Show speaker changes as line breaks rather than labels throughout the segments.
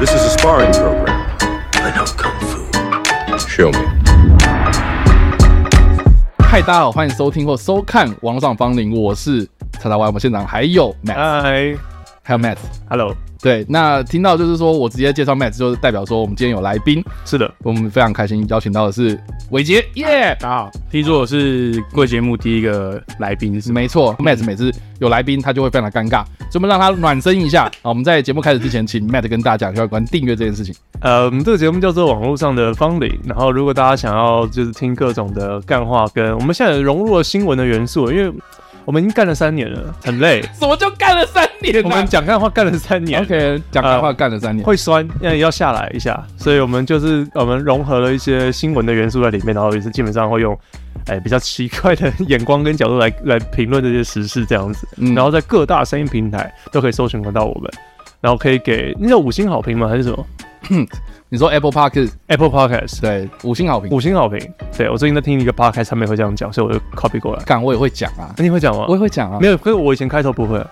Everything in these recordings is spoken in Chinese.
sparring program. I know kung fu. Show me.
嗨，大家好，欢迎收听或收看《网上芳龄》，我是查查 Y，我们现场还有 Matt，、
嗨
还有 Matt。
，Hello，
对，那听到就是说我直接介绍 Matt，就是代表说我们今天有来宾，
是的，
我们非常开心邀请到的是伟杰，耶、
大家好。听说我是贵节目第一个来宾，是吗？嗯
没错，Matt 每次有来宾他就会非常的尴尬，所以我们让他暖身一下。好，我们在节目开始之前，请 Matt 跟大家讲一下有关订阅这件事情。
呃，我们这个节目叫做《网络上的芳龄》，然后如果大家想要就是听各种的干话跟，我们现在融入了新闻的元素，因为我们已经干了三年了，很累。
什么叫干了三年、
我们讲干话干了三年
OK，讲干话干了三年。
会酸，那也要下来一下，所以我们就是我们融合了一些新闻的元素在里面，然后也是基本上会用，哎、比较奇怪的 眼光跟角度来来评论这些时事这样子，
嗯
然后在各大声音平台都可以搜寻得到我们，然后可以给那叫五星好评吗？还是什么
你说 Apple Park
Apple Podcast
对五星好评，
五星好评？对我最近在听一个 Podcast，他们也会这样讲，所以我就 copy 过来。
干我也会讲啊，
那你会讲吗
我？也会讲啊。
哦没有，可是我以前开头不会。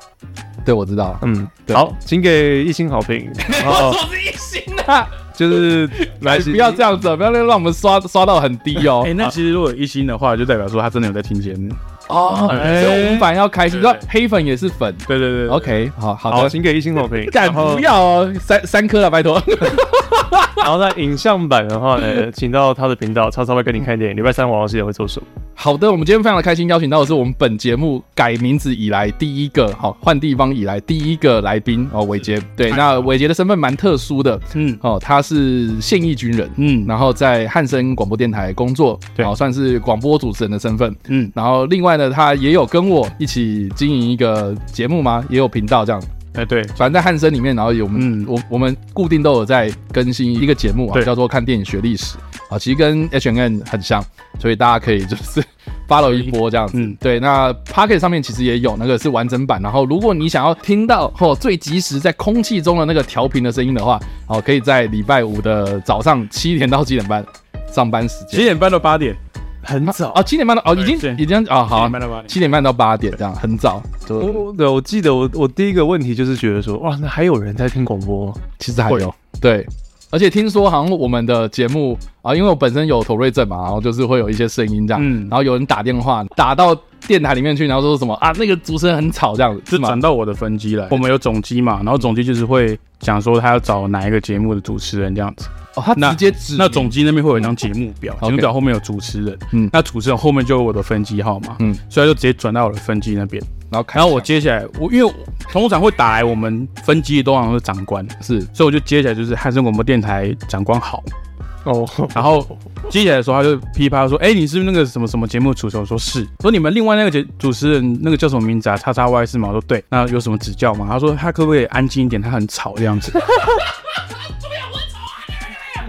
对，我知 道。
嗯，
对
好，请给一星 好评。然后
是一星啊！
就是来
哎不要这样子，不要让我们刷刷到很低哦
哎、。那其实如果有一星的话，就代表说他真的有在听节目。
哦，
哎
所以我们反而要开心，
对
说黑粉也是粉。
对对对
OK，好好
好，
的，
请给一星好评。
干
然后
不要哦，三三颗了，拜托。
然后在影像版 的话呢，请到他的频道，超超会跟你看
嗯
电影。礼拜三晚上十点会做什么？
好的，我们今天非常的开心，邀请到的是我们本节目改名字以来第一个，好换地方以来第一个来宾哦，伟杰。对，那伟杰的身份蛮特殊的
嗯
哦，他是现役军人，
嗯
然后在汉声广播电台工作，
对
哦，算是广播主持人的身份。
嗯，
然后另外呢，他也有跟我一起经营一个节目吗？也有频道这样，
哎、对，
反正在汉声里面，然后有我们、
嗯
我我们固定都有在更新一个节目啊，
对
叫做《看电影学历史》啊，其实跟 H N N 很像，所以大家可以就是 follow 一波这样子。
嗯
对，那 Pocket 上面其实也有那个是完整版，然后如果你想要听到 哦最及时在空气中的那个调频的声音的话，哦，可以在礼拜五的早上七点到七点半上班时
几
间。
点半到八点？
很早
哦，七点半到哦，已经
对
已经哦，好
七点半到八，点
七点半到八点这样，很早，就
我对，我记得我我第一个问题就是觉得说，哇，那还有人在听广播吗？
其实还
会
有对，而且听说好像我们的节目啊，因为我本身有头瑞症嘛，然后就是会有一些声音这样，
嗯
然后有人打电话打到电台里面去，然后说什么啊那个主持人很吵这样子，
就是
吗
转？到我的分机来。我们有总机嘛，然后总机就是会讲说他要找哪一个节目的主持人这样子。
哦，他
那
直接指
那总机那边会有一张节目表，节目表后面有主持人，
嗯
嗯，那主持人后面就有我的分机号码，
嗯
嗯，所以他就直接转到我的分机那边。
然后开
然后我
枪
接起来，我因为我通常会打来我们分机的都好像是长官，
是
所以我就接起来就是汉声广播电台长官好。
哦，
然后接下来的时候，他就噼啪说：“哎、你是不是那个什么什么节目的主持人？”我说：“是。”说你们另外那个节主持人那个叫什么名字啊？叉叉 Y 是吗？我说：“对。”那有什么指教吗？他说：“他可不可以安静一点？他很吵这样子。”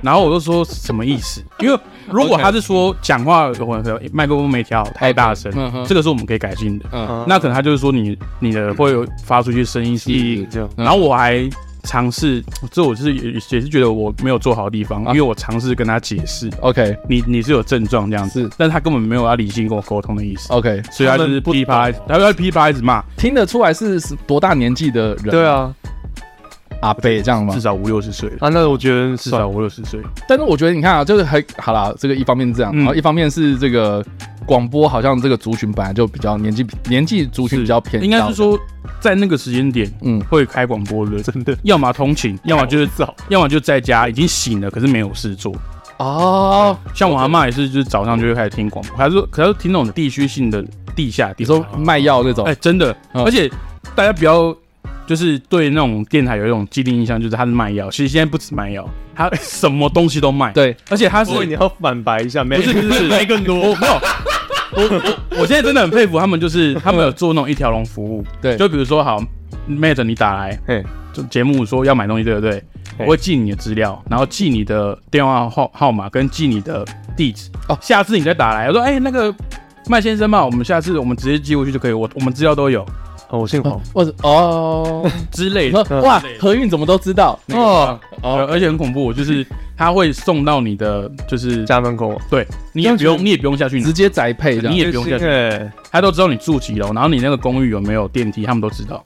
然后我就说什么意思？因为如果
OK
他是说讲话，我麦克风没调好，太大声
OK，嗯哼
这个是我们可以改进的。
嗯
嗯
那可能他就是说你你的会有发出去声音是
一这样
然后我还尝试，这我就是也也是觉得我没有做好的地方，因为我尝试跟他解释，
OK
你你是有症状这样子
是，
但是他根本没有要理性跟我沟通的意思，
OK，
所以他就是噼啪，哦他要噼啪一直骂，
听得出来是是多大年纪的人？
对，啊，
阿贝这样吗
至？少五六十岁了，
啊，那我觉得
至
算
少
了，
五六十岁，
但是我觉得你看啊，就是很好啦，这个一方面是这样，
嗯
然后一方面是这个广播好像这个族群本来就比较年纪年纪族群比较偏高，
应该是说在那个时间点，
嗯
嗯，会开广播的，
真的
要么通勤，要么就是 早，要么就在家已经醒了，可是没有事做。
哦，
像我阿妈也是，就是早上就会开始听广播，还是可是听那种地区性的地下
你
电台，
说卖药那种，
哎、真的，
嗯
而且大家不要就是对那种电台有一种既定印象，就是它是卖药。其实现在不止卖药，它什么东西都卖。，
对，
而且它是
所以你要反白一下，没
不是不是 卖更多？我没有。我我我现在真的很佩服他们，就是他们有做那种一条龙服务。
对
就比如说好，Mate 你打来，
嘿，
就节目说要买东西，对不对？
嘿
我会记你的资料，然后记你的电话号号码跟记你的地址。
哦
下次你再打来，我说哎、那个麦先生嘛，我们下次我们直接寄过去就可以，我我们资料都有
哦我姓黄，
或者哦，
之类
你
的
说。哇，何运怎么都知道
那个
哦
呃，而且很恐怖，就是他会送到你的，就是
家门口，
对，你也不用，你也不用下去拿
直，接宅配这
你
样，
也不用下去，
哎，
他都知道你住几楼，然后你那个公寓有没有电梯，他们都知道，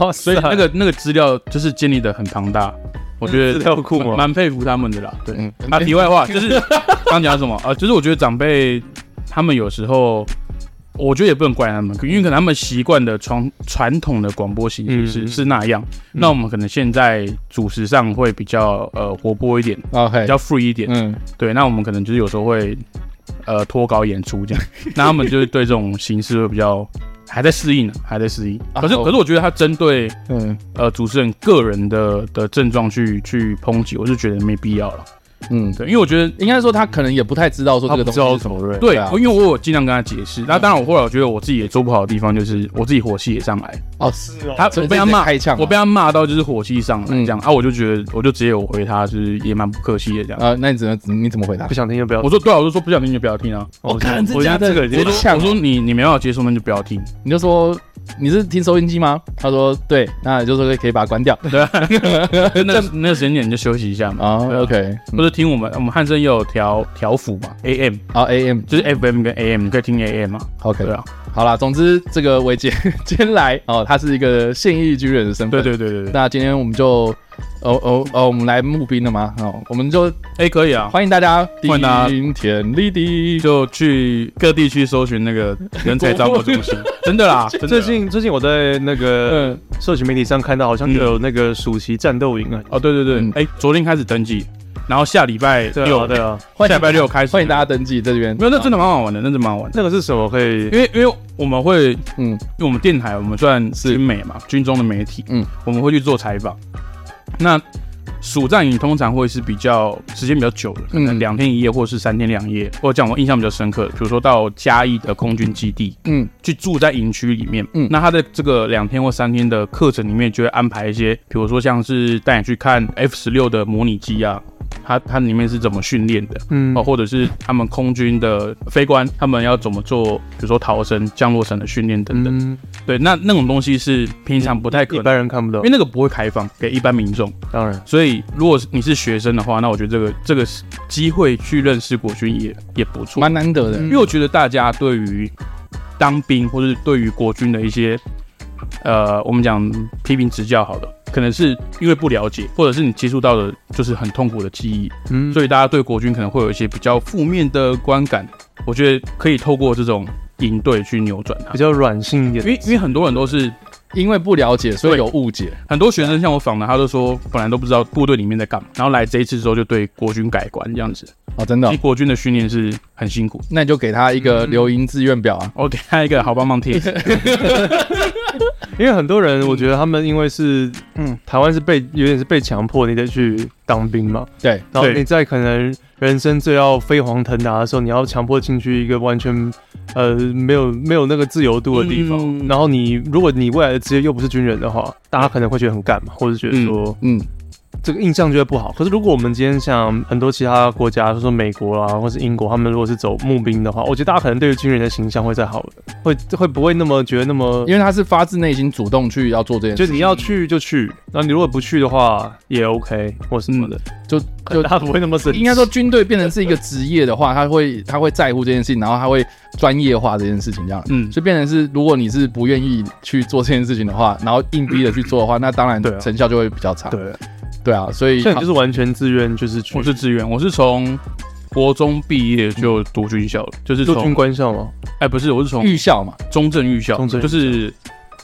哇
所
塞，
以那个那个资料就是建立的很庞大。我觉
资
得
料库
蛮
吗？
蛮佩服他们的啦。对，
嗯
啊，题外话就是刚讲什么啊、 呃就是我觉得长辈他们有时候，我觉得也不能怪他们，因为可能他们习惯的传传统的广播形式是、
嗯
是那样，那我们可能现在主食上会比较呃活泼一点，
OK，
比较 free 一点。
哦嗯，
对，那我们可能就是有时候会呃脱稿演出这样，那他们就是对这种形式会比较还在适应呢，还在适应。
啊
可是
好
可是我觉得他针对
嗯
呃主持人个人的的症状去去抨击，我是觉得没必要了。
嗯，
对，因为我觉得
应该说他可能也不太知道说
他
这
不
个东
知
西
道
是什么。
否认。
对，
对啊
因为我有尽量跟他解释。那当然，我后来我觉得我自己也做不好的地方就是我自己火气也上来，
哦，是
他
所以
我被
这
他
是
骂
开呛啊
我被他骂到就是火气上来
嗯
这样、啊，我就觉得我就直接有回他，就是也蛮不客气的这样。
呃，那你怎么你怎么 回答
不？想听就不要
我。说对啊，我就说不想听就不要听啊。
我看真
我
假
现在
的
这个已经
我 都呛
我说你你没办法接受，那就不要 听。
你就说你是听收音机吗？他说对，那你就说可以把它关 掉。
对啊，那那个时间点你就休息一下嘛。
啊
对啊
，OK，
或者听我们我们汉声也有调调幅嘛，AM
好 AM
就是 FM 跟 AM，你可以听 AM 嘛。
OK，
对啊，
好啦，总之这个伟杰 今天来哦，他是一个现役军人的身份。
对对对对对，
那今天我们就，哦哦哦，我们来募兵了吗？哦，我们就
哎可以啊，
欢迎大家
欢迎大家
顶天立地。
就去各地区搜寻那个人才招募 中心，真的啦，真的
最近最近我在那个
嗯，
社群媒体上看到，好像
嗯
有那个暑期战斗营啊。
哦对对
嗯
对，哎昨天开始登记，然后下礼拜
对啊
六
对，啊，
下礼拜六开始，
欢迎大家登记这边
没。有那真的蛮好玩的，那真的蛮好玩的，
那个是什么？可以
因为因为我们会
嗯
因为我们电台，我们算是美嘛，军中的媒体，
嗯
嗯，我们会去做采访。那暑战营通常会是比较时间比较久的，可
嗯
能两天一夜，或是三天两夜，或者讲我印象比较深刻的，比如说到嘉义的空军基地
嗯
去住在营区里面，
嗯
嗯，那他的这个两天或三天的课程里面，就会安排一些，比如说像是带你去看 F 十六的模拟机啊，它它里面是怎么训练的，
嗯
哦，或者是他们空军的飞官，他们要怎么做，比如说逃生、降落伞的训练等等。
嗯，
对，那那种东西是平常不太可
一
能，
般人看不
因
懂
为。那个不会开放给一般民众。
当然，
所以，如果是你是学生的话，那我觉得这个这个是机会去认识国军也也不错，
蛮难得的。
因为我觉得大家对于当兵或是对于国军的一些呃，我们讲批评指教好了，可能是因为不了解，或者是你接触到的就是很痛苦的记忆，
嗯，
所以大家对国军可能会有一些比较负面的观感。我觉得可以透过这种应对去扭转它
比，较软性一
因
点。
为因为很多人都是
因为不了解，所以
对
有误解。
很多学生像我访谈，他都说本来都不知道部队里面在干嘛，然后来这一次之后就对国军改观这样子。
哦，真的
其
哦
实。国军的训练是很辛苦。
那你就给他一
嗯
个留营志愿表啊。
我给他一个好棒棒贴，
因为很多人，我觉得他们因为是，
嗯
嗯，台湾是被有点是被强迫你得去当兵嘛，
对，
然后
对
你在可能人生最要飞黄腾达的时候，你要强迫进去一个完全呃没有没有那个自由度的地方。
嗯
然后你如果你未来的职业又不是军人的话，大家可能会觉得很干嘛，或者觉得说
嗯
这个印象就会不好。可是如果我们今天像很多其他国家，就是说美国啊，或是英国，他们如果是走募兵的话，我觉得大家可能对于军人的形象会再好的，会会不会那么觉得那么
因为他是发自内心主动去要做这件
就
事，
你要去就去，那你如果不去的话也 OK 或什么的，
就就
就他不会那么生气。
应该说，军队变成是一个职业的话，他会他会在乎这件事情，然后他会专业化这件事情，这样，
嗯
所以变成是，如果你是不愿意去做这件事情的话，然后硬逼的去做的话，那当然
对啊
成效就会比较差。
对，
对啊，所以
像你就是完全自愿，就是去
我是志愿，我是从国中毕业就读军校了，就是
做军
从
官校嘛，
哎不是，我是从
预校嘛，
中正预校
中，正预
就
校
是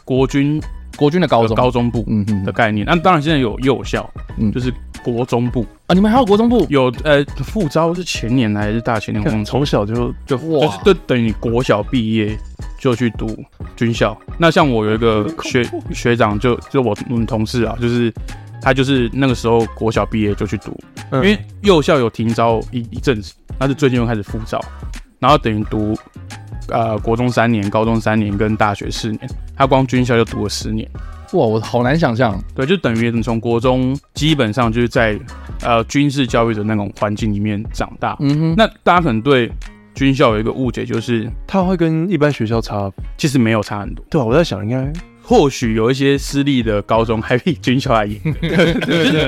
国军的
国军的高中，
高中部
嗯嗯
的
嗯
概念。那当然现在有幼校
嗯，
就是国中部
啊，你们还有国中部，
有呃副招是前年还是大前年，我忘记了
看嗯从小就
就
哇
就是就等于国小毕业就去读军校。那像我有一个学学长就，就我我们同事啊，就是他就是那个时候国小毕业就去读，
嗯
因为幼校有停招一一阵子，但是最近又开始复招，然后等于读呃国中三年、高中三年跟大学四年，他光军校就读了十年。
哇，我好难想象，
对，就等于从国中基本上就是在呃军事教育的那种环境里面长大。
嗯哼，
那大家可能对军校有一个误解，就是
他会跟一般学校差。
其实没有差很多。
对啊，我在想应该
或许有一些私立的高中还比军校还严，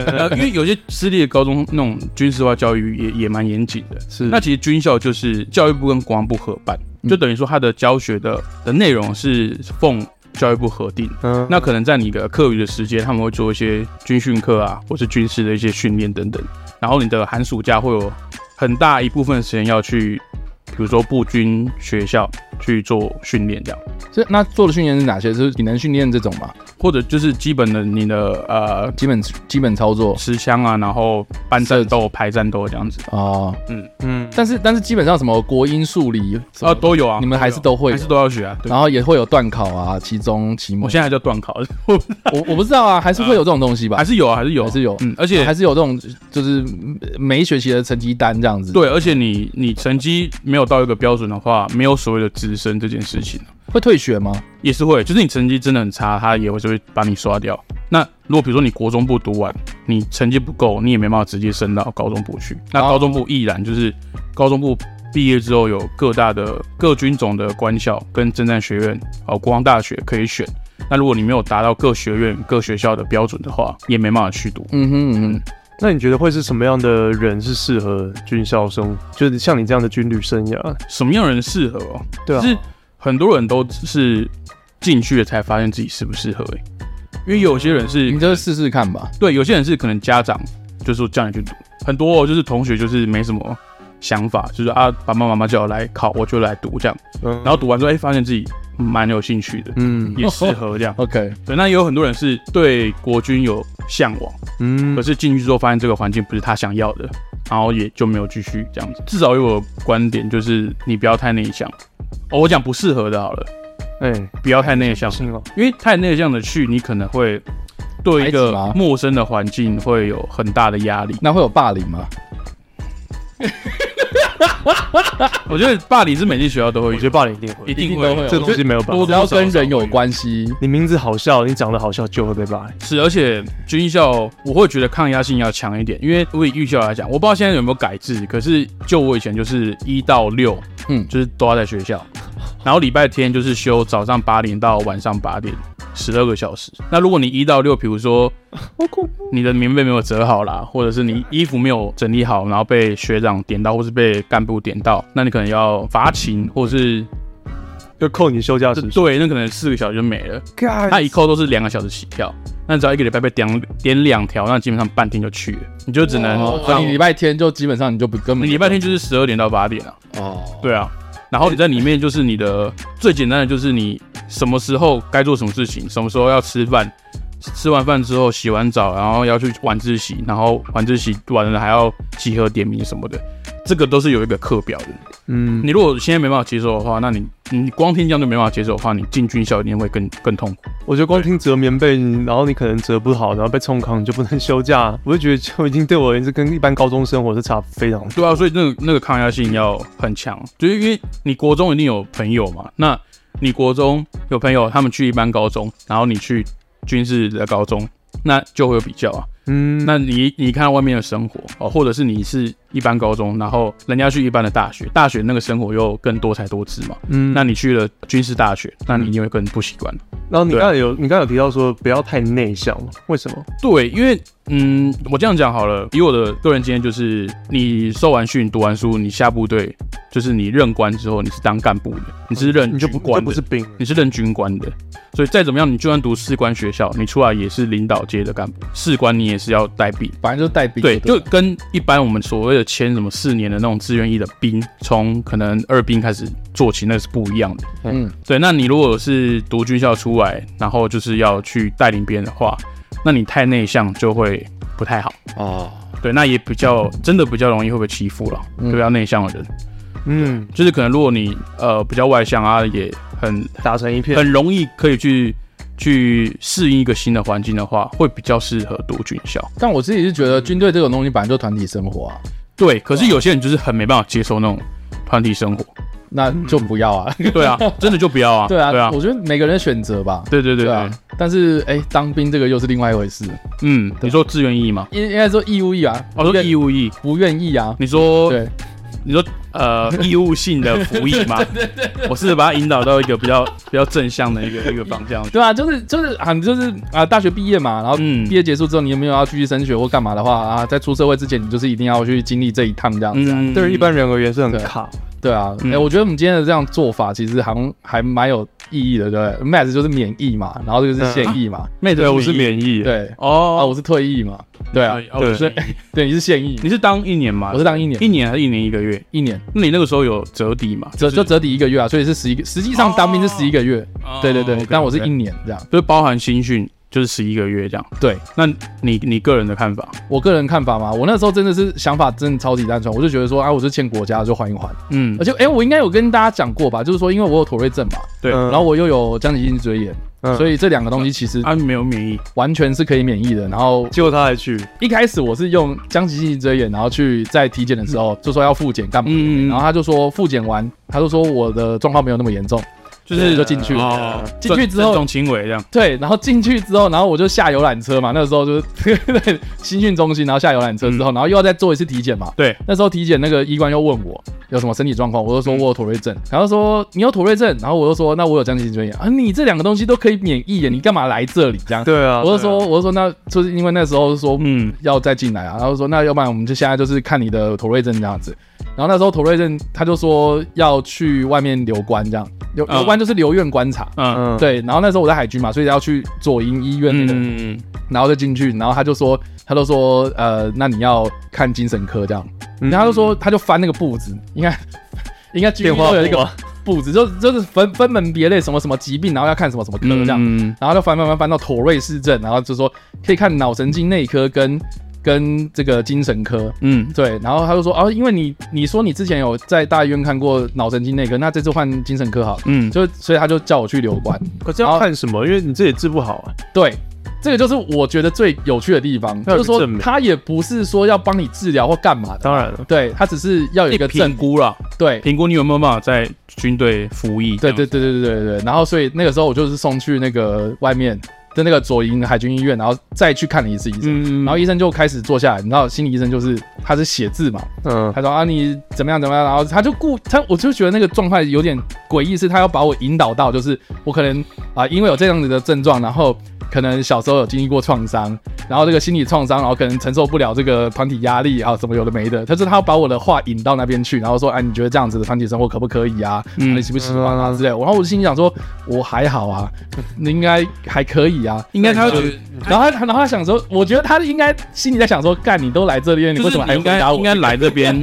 呃，因为有些私立的高中那种军事化教育也也蛮严谨的。
是
那其实军校就是教育部跟国防部合办，
嗯
就等于说它的教学的的内容是奉教育部核定。
嗯，
那可能在你的课余的时间，他们会做一些军训课啊，或是军事的一些训练等等。然后你的寒暑假会有很大一部分的时间要去，比如说步军学校去做训练这样，
这那做的训练是哪些？是体能训练这种嘛？
或者就是基本的你的呃
基本基本操作
持枪啊，然后搬战斗、排战斗这样子。
哦。
嗯，
但是但是基本上什么国音数理什么
啊，都有啊，
你们还是都会嗯
还是都要学啊。对，
然后也会有段考啊、期中、期末
我。现在还叫断考，我
我我不知道啊，还是会有这种东西吧？
还是有啊，还是有啊，
还是有
嗯，而且
还是有这种，就是嗯每一学期的成绩单这样子。，
对，而且你你成绩没有到一个标准的话，没有所谓的直升这件事情
会退学吗？
也是会，就是你成绩真的很差，他也会就会把你刷掉。那如果比如说你国中部读完，你成绩不够，你也没办法直接升到高中部去。那
哦
高中部亦然，就是高中部毕业之后有各大的各军种的官校跟征战学院，哦，国防大学可以选。那如果你没有达到各学院各学校的标准的话，也没办法去读。
嗯哼嗯哼，
那你觉得会是什么样的人是适合军校生？就是像你这样的军旅生涯，
什么样的人适合、哦？
对啊
其，实很多人都是进去了才发现自己适不适合、欸，因为有些人
嗯
是
你就试试看吧。。
对，有些人是可能家长就是说叫你去读，很多、哦、就是同学就是没什么想法，就是啊爸爸妈妈叫我来考，我就来读这样，
然
然后读完之后哎、发现自己蛮有兴 趣的，
嗯
也适合这样
OK，
对，那也有很多人是对国军有向往，
嗯
可，是进去之后发现这个环境不是他想要的，然后也就没有继续这样子。至少有我的观点就是你不要太内向。哦，我讲不适合的好了，
哎，
不要太内向，
信了，
因为太内向的去，你可能会对一
排挤吗
个陌生的环境会有很大的压力。
那会有霸凌吗？
我觉得霸凌是每间学校都会
我
有
觉，得霸凌一定会，
一定
一定
会
都
有
会有
这个东西没有办
多
法。
只要跟人有关系，
你名字好笑，你长得好笑就会被霸凌。
是，而且军校我会觉得抗压性要强一点，因为我以预校来讲，我不知道现在有没有改制，可是就我以前就是一到六，
嗯
嗯，就是都要在学校，然后礼拜天就是休早上八点到晚上八点，十二个小时。那如果你一到六，比如说你的棉被没有折好啦，或者是你衣服没有整理好，然后被学长点到，或是被干部点到，那你可能要罚勤，或是
就扣你休假时数。
对，那可能四个小时就没了。
他
他一扣都是两个小时起跳，那只要一个礼拜被点点两条，那基本上半天就去了，你就只能
哦
让
你礼拜天就基本上你就不根
你
本
礼拜天就是十二点到八点啊，
哦，
对啊，然后你在里面就是你的最简单的就是你什么时候该做什么事情，什么时候要吃饭，吃完饭之后洗完澡，然后要去晚自习，然后晚自习完了还要集合点名什么的，这个都是有一个课表的。
嗯，
你如果现在没办法接受的话，那你你光听这样就没办法接受的话，你进军校一定会更更痛苦。
我觉得光听折棉被，然后你可能折不好，然后被冲康，你就不能休假。我就觉得就已经对我而言是跟一般高中生活是差非常多。
对啊，所以那个那个抗压性要很强，就是因为你国中一定有朋友嘛，那你国中有朋友，他们去一般高中，然后你去军事的高中，那就会有比较啊。
嗯，
那你你看到外面的生活哦，或者是你是一般高中，然后人家去一般的大学，大学那个生活又更多才多姿嘛。
嗯
那你去了军事大学，那你一定会更不习惯。
然后你
对啊
刚才有你刚才有提到说不要太内向嘛？为什么？
对，因为嗯，我这样讲好了，以我的个人经验，就是你受完训、读完书，你下部队，就是你任官之后，你是当干部的，你是任
嗯你就不
军官
就不
的
是兵，
你是任军官的，所以再怎么样，你就算读士官学校，你出来也是领导阶的干部，士官你也是要带兵。
反正就带兵
对，
了
就跟一般我们所谓的签什么四年的那种志愿役的兵，从可能二兵开始做起，那是不一样的。
嗯，
对，那你如果是读军校出来，然后就是要去带领别人的话，那你太内向就会不太好。
哦，
对，那也比较真的比较容易会被欺负了，
嗯
就比较内向的人，
嗯，
就是可能如果你呃比较外向啊，也很
打成一片。
很容易可以去去适应一个新的环境的话，会比较适合读军校。
但我自己是觉得军队这种东西本来就团体生活啊，
对，可是有些人就是很没办法接受那种团体生活。
那就不要啊。
对啊，真的就不要啊。
对 啊，
对啊，
我觉得每个人的选择吧。
对对对对，
啊，但是哎，当兵这个又是另外一回事，
嗯，
啊
你说志愿役吗？
应应该说义务役啊，
我哦说义
务
务哦役，
不愿意啊。
你说
对，
你说呃义务性的服役 吗？我是把它引导到一个比较比较正向的一个一个方向。
对啊，就是就是啊，你就是啊，大学毕业嘛，然后
嗯
毕业结束之后，你有没有要继续升学或干嘛的话啊，在出社会之前，你就是一定要去经历这一趟这样。
嗯
对于一般人而言是很
对
卡，
对啊，哎、
嗯
我觉得我们今天的这样做法，其实好像还蛮有意义的，对不对？Mat 就是免疫嘛，然后这个是现役嘛，
妹子
对，我是免疫，
对，啊，
哦，
我是退役嘛，对啊，
哦我是
对，你是现役，
你是当一年嘛？
我是当一年，
一年还是一年一个月？
一年
那你那个时候有折抵嘛？
折
是
就折抵一个月啊，所以是十一个，实际上当兵是十一个月，
哦
对对对，
OK，
但我是
OK
一年这样，
就是包含新训，就是十一个月这样。
对。
那你你个人的看法？
我个人看法嘛，我那时候真的是想法真的超级单纯，我就觉得说啊，我是欠国家就还一还，
嗯
而，且哎、我应该有跟大家讲过吧，就是说因为我有妥瑞症嘛，
对，
嗯
然后我又有僵直性脊椎炎，
嗯
所以这两个东西其实
啊，没有免疫，
完全是可以免疫的。然后
结果他还去，
一开始我是用僵直性脊椎炎，然后去在体检的时候就说要复检干嘛，
嗯嗯，
然后他就说复检完，他就说我的状况没有那么严重，
就是
就进去了
哦，
进去之后
正中轻微这样。
对，然后进去之后，然后我就下游览车嘛，那个时候就是 对新训中心，然后下游览车之
嗯
后，然后又要再做一次体检嘛。
对，
那时候体检那个医官又问我有什么身体状况，我就说我有妥瑞症，然后说你有妥瑞症，然后我就说那我有僵直性脊椎炎啊，你这两个东西都可以免疫耶，你干嘛来这里这样？
对啊，
我就
对啊
说，我就说，那就是因为那时候说，嗯
嗯，
要再进来啊，然后说，那要不然我们就现在就是看你的妥瑞症这样子。然后那时候妥瑞症他就说要去外面留观这样，留留观就是留院观察，
嗯
嗯，
对，然后那时候我在海军嘛，所以要去左营医院那个，
嗯嗯
然后就进去，然后他就说，他就说，呃，那你要看精神科这样，
嗯
然后他就说，他就翻那个簿子，应该应该军医都有一
电话簿
个
啊
簿子，就就是分分门别类什么什么疾病，然后要看什么什么科这样，
嗯，
然后就翻翻翻翻到妥瑞氏症，然后就说可以看脑神经内科跟跟这个精神科，
嗯，
对，然后他就说，哦，因为你你说你之前有在大医院看过脑神经内科，那这次换精神科好了，
嗯，
就所以他就叫我去留观。
可是要看什么？因为你这也治不好啊。
对，这个就是我觉得最有趣的地方，就
要有
是
个
说
证明
他也不是说要帮你治疗或干嘛的，
当然了，
对他只是要有一
一
个
个
证
评，估啦，
对。
评估你有没有办法在军队服役。
对对对对对对对，然后所以那个时候我就是送去那个外面的那个左营海军医院，然后再去看了一次医生，
嗯，嗯，
然后医生就开始坐下来，你知道心理医生就是他是写字嘛，
嗯，
他说啊你怎么样怎么样，然后他就故他我就觉得那个状态有点诡异，是他要把我引导到就是我可能啊、因为有这样子的症状，然后可能小时候有经历过创伤，然后这个心理创伤，然后可能承受不了这个团体压力啊什么有的没的，他说他要把我的话引到那边去，然后说哎、你觉得这样子的团体生活可不可以啊？
嗯
你喜不喜欢啊之类的，然后我心里想说我还好啊，你应该还可以啊，
应该他会觉得
然后他，然后他想说，我觉得他应该心里在想说，干你都来这里了，你
就
为
是
什么
你
还
应
回答
该
我？
应该来这 边，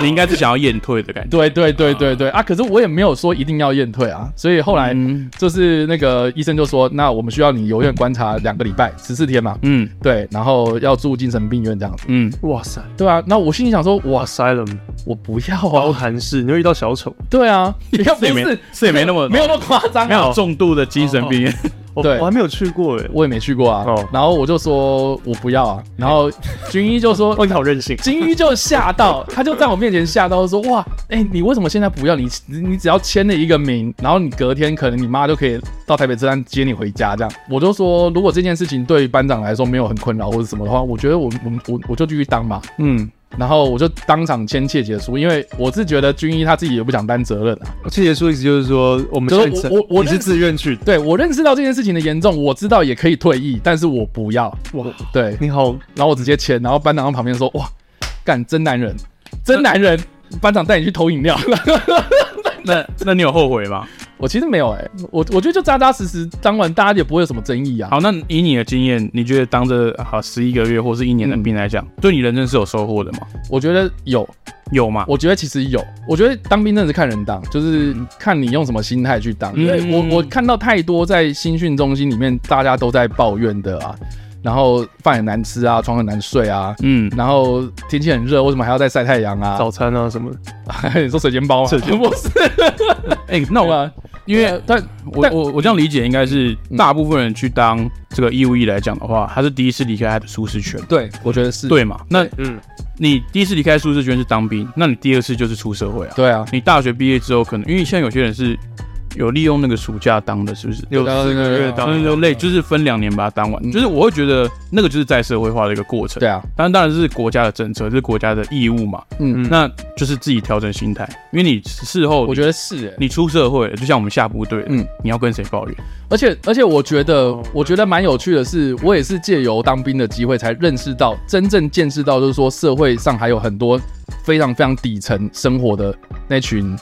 你应该是想要验退的感觉。
对对对对对啊！可是我也没有说一定要验退啊，所以后来
嗯
就是那个医生就说，那我们需要你留院观察两个礼拜，十四天嘛，
嗯
对，然后要住精神病院这样子，
嗯，
哇塞
对啊。那我心里想说，哇，
，Asylum
我不要啊
包，含式，你会遇到小丑。
对 啊，你看不
也没
是
是也没那么
没有哦那么夸张
没
啊，
有重度的精神病。
我
对
我还没有去过哎。
我也没去过啊
哦。
然后我就说我不要啊，然后军医就说
哦哇，你好任性。
金鱼就吓到，他就在我面前吓到说：“哇，哎、你为什么现在不要你？你你只要签了一个名，然后你隔天可能你妈就可以到台北车站接你回家。”这样，我就说，如果这件事情对班长来说没有很困扰或者什么的话，我觉得我我我我就继续当嘛。
嗯，
然后我就当场签切结书，因为我是觉得军医他自己也不想担责任啊。
这结束意思就是说，我们
就是
现在
我我我
你是自愿去的。
对我认识到这件事情的严重，我知道也可以退役，但是我不要。
哇，
对，
你好，
然后我直接签，然后班长在旁边说：“哇，干真男人，真男人。”班长带你去投饮料，
那那你有后悔吗？
我其实没有哎、我我觉得就扎扎实实当完，大家也不会有什么争议啊。
好，那以你的经验，你觉得当这好十一个月或是一年的兵来讲，
嗯
对你人生是有收获的吗？
我觉得有，
有吗？
我觉得其实有。我觉得当兵真的是看人当，就是看你用什么心态去当。
嗯
因为我我看到太多在新训中心里面大家都在抱怨的啊，然后饭很难吃啊，床很难睡啊，
嗯，
然后天气很热，为什么还要再晒太阳啊？
早餐啊什么 的，
你说水煎包吗？啊
水 煎
不是，
哎、那
对
我
啊，
因为
但
我
但
我我这样理解，应该是
嗯
大部分人去当这个义务役来讲的话，他是第一次离开他的舒适圈，
对，我觉得是
对嘛？那
嗯，
你第一次离开舒适圈是当兵，那你第二次就是出社会啊。
对啊，
你大学毕业之后，可能因为现在有些人是有利用那个暑假当的，是不是？
有四个月
当
当
分流类就是分两年把它当
嗯
完，就是我会觉得那个就是再社会化的一个过程。
对，啊，
当然当然是国家的政策，这是国家的义务嘛，
嗯，
嗯
那就是自己调整心态，因为你事后
我觉得是哎、
你出社会了，就像我们下部队，
嗯
嗯，你要跟谁抱怨？
而且而且，我觉得
哦
我觉得蛮有趣的是，我也是借由当兵的机会才认识到，真正见识到，就是说社会上还有很多非常非常底层生活的那群，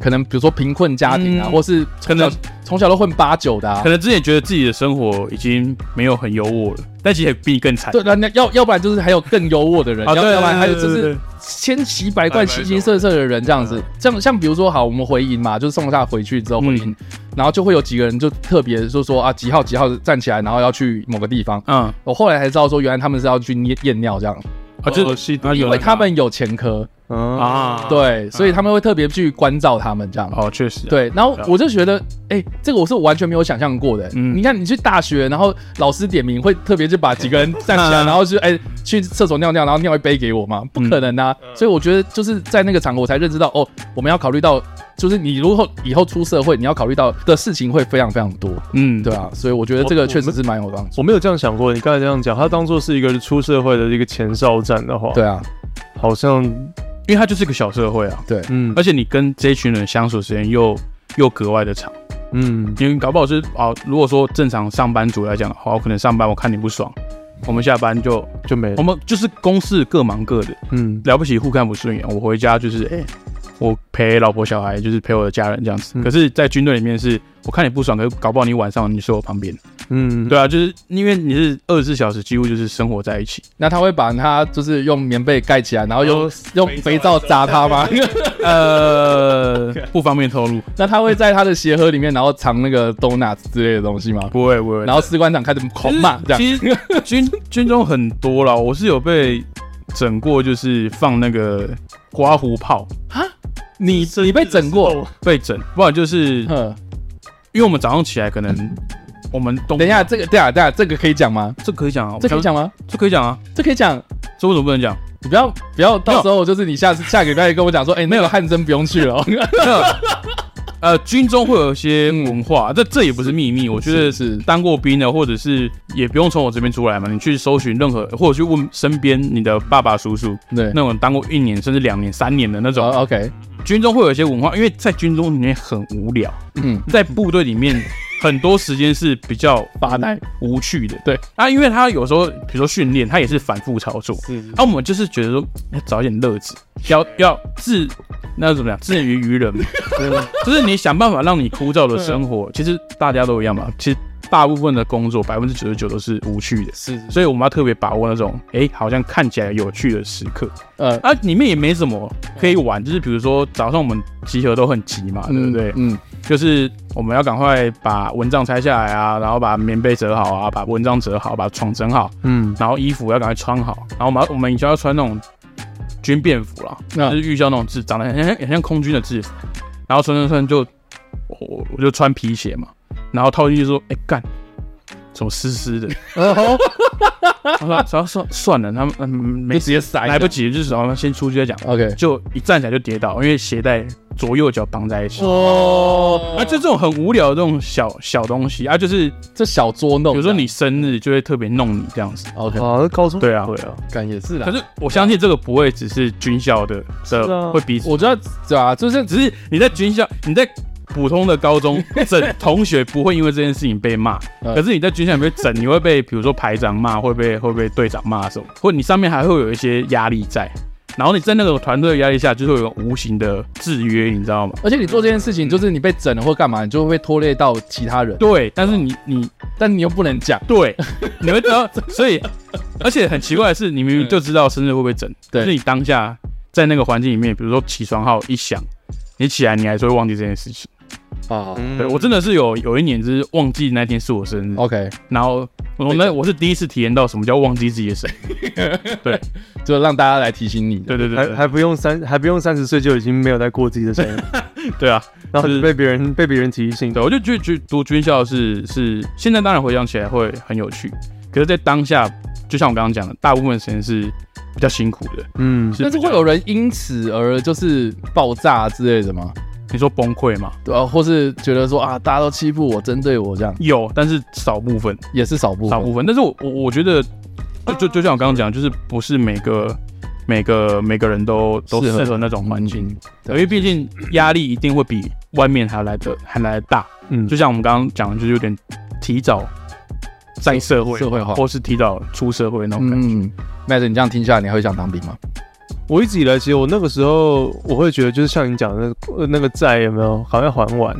可能比如说贫困家庭啊，
嗯
或是从小
可能
从小都混八九的、啊
可，能之前觉得自己的生活已经没有很优渥了，但其实也比你更惨。
对，那那要要不然就是还有更优渥的人，
啊
要
对
要不然还有
对
就
对对
是
对
千奇百怪、
百百
形形色色的人这样
啊
子。像像比如说，好，我们回营嘛，就是送他回去之后回营，
嗯
然后就会有几个人就特别就说啊几号几号站起来，然后要去某个地方。
嗯，啊，
我后来才知道说，原来他们是要去验验尿这样，
就是
哦吸毒
啊有
因为他们有前科，
嗯
啊，
对，所以他们会特别去关照他们这样。
哦，确实啊，
对，然后我就觉得，哎、这个我是完全没有想象过的、
嗯
你看，你去大学，然后老师点名会特别去把几个人站起来，然后去哎、去厕所尿尿，然后尿一杯给我吗？不可能啊！所以我觉得就是在那个场合，我才认知到哦，我们要考虑到，就是你如果以后出社会，你要考虑到的事情会非常非常多，
嗯，
对啊。所以我觉得这个确实是蛮有帮助。
我没有这样想过，你刚才这样讲，他当做是一个出社会的一个前哨站的话，
对，啊，
好像
因为它就是个小社会啊，
对，
嗯
而且你跟这一群人相处时间又又格外的长，
嗯
因为搞不好是啊，如果说正常上班族来讲的话，我可能上班我看你不爽，我们下班就
就没
我
了，
们就是公事各忙各的，
嗯
了不起互看不顺眼，我回家就是哎、我陪老婆小孩，就是陪我的家人这样子。
嗯
可是，在军队里面是，我看你不爽，可是搞不好你晚上你睡我旁边。
嗯，
对啊，就是因为你是二十四小时，几乎就是生活在一 起。
那他会把他就是用棉被盖起来，然后用、
哦
用肥
肥
皂
皂
砸他吗？
呃，不方便透露，
那他会在他的鞋盒里面，然后藏那个 donuts 之类的东西吗？
不会不会。
然后士官长开始狂骂，这样。
其实 军军中很多啦，我是有被整过，就是放那个刮胡泡
你你被整过？
被整，不然就是
哼，
因为我们早上起来可能我们东
等一下，这个，等一下，等一下，这个可以讲吗？
这可以讲啊，
这可以讲吗？
这可以讲啊，
这可以讲，
这为什么不能讲？
你不要不要，到时候就是你下次下个礼拜跟我讲说，哎，那个汗蒸不 用去了哦。
呃，军中会有一些
嗯
文化，这这也不是秘密。我觉得是当过兵的，或者是也不用从我这边出来嘛，你去搜寻任何，或者去问身边你的爸爸、叔叔
对，
那种当过一年甚至两年、三年的那种。
哦 OK，
军中会有一些文化，因为在军中里面很无聊，
嗯，
在部队里面很多时间是比较发呆、无趣的。
对，
啊，因为他有时候比如说训练，他也是反复操作。嗯，啊，我们就是觉得说要找一点乐子，要要自那怎么讲，自娱于人，就是你想办法让你枯燥的生活，其实大家都一样嘛，其实。大部分的工作百分之九十九都是无趣的，
是
所以我们要特别把握那种，哎、好像看起来有趣的时刻。
呃，
啊，里面也没什么可以玩，就是比如说早上我们集合都很急嘛，对
嗯
不对？
嗯，
就是我们要赶快把蚊帐拆下来啊，然后把棉被折好啊，把蚊帐折好，把床整好，
嗯
然后衣服要赶快穿好，然后我们要我们以前要穿那种军便服啦，
那
就是预校那种制，长得很像很像空军的制服，然后穿穿穿就我我我就穿皮鞋嘛，然后套进去说，哎、干。怎么湿湿的？
哦，
他说：“算算算了，他们嗯没
就直接塞，
来不及，就是然后先出去再讲。
OK，
就一站起来就跌倒，因为鞋带左右脚绑在一起。
哦，
啊，就这种很无聊的这种小小东西啊，就是
这小捉弄，
有时候你生日就会特别弄你这样子。
OK，
啊，那高中
对啊
对啊，
感也是啦
可。是我相信这个不会只是军校的的
啊
会彼此，
我觉得对啊，就是
只是你在军校你在。普通的高中整同学不会因为这件事情被骂，
嗯
可是你在军校里面整，你会被比如说排长骂，会被会被队长骂什么，或者你上面还会有一些压力在，然后你在那个团队的压力下，就是会有一种无形的制约，你知道吗？
而且你做这件事情，就是你被整了或干嘛，你就会拖累到其他人，
对，但是你你
但你又不能讲，
对，你会知 道，所以而且很奇怪的是，你明明就知道生日会不会整，
对
可是你当下在那个环境里面，比如说起床号一响，你起来你还是会忘记这件事情。
啊
嗯
对我真的是有有一年就是忘记那天是我生日，
，OK，
然后我那我是第一次体验到什么叫忘记自己的生 日。
就让大家来提醒你。
对对对
还
对，
还不用三还不用三十岁就已经没有在过自己的生日，
对啊，
然后
就是
被别人被别人提醒
对，，啊我就觉得觉得读军校是是现在当然回想起来会很有趣，可是，在当下就像我刚刚讲的，大部分时间是比较辛苦的，
嗯，
但是
比较
会有人因此而就是爆炸之类的吗？
你说崩溃吗？
对啊，或是觉得说啊，大家都欺负我，针对我这样，
有，但是少部分。
也是少部
少
分。
部分。但是我我我觉得，就就就像我刚刚讲，就是不是每个每个每个人都都
适
适
合
合那
嗯
种环境，
对
因为毕竟压力一定会比外面还来的还来的大。
嗯
就像我们刚刚讲的，就是有点提早在社会
社会化
或是提早出社会那种感觉。
嗯，麦子，你这样听下来，你还会想当兵吗？
我一直以来，其实我那个时候我会觉得，就是像你讲的那呃那个债有没有好像还完，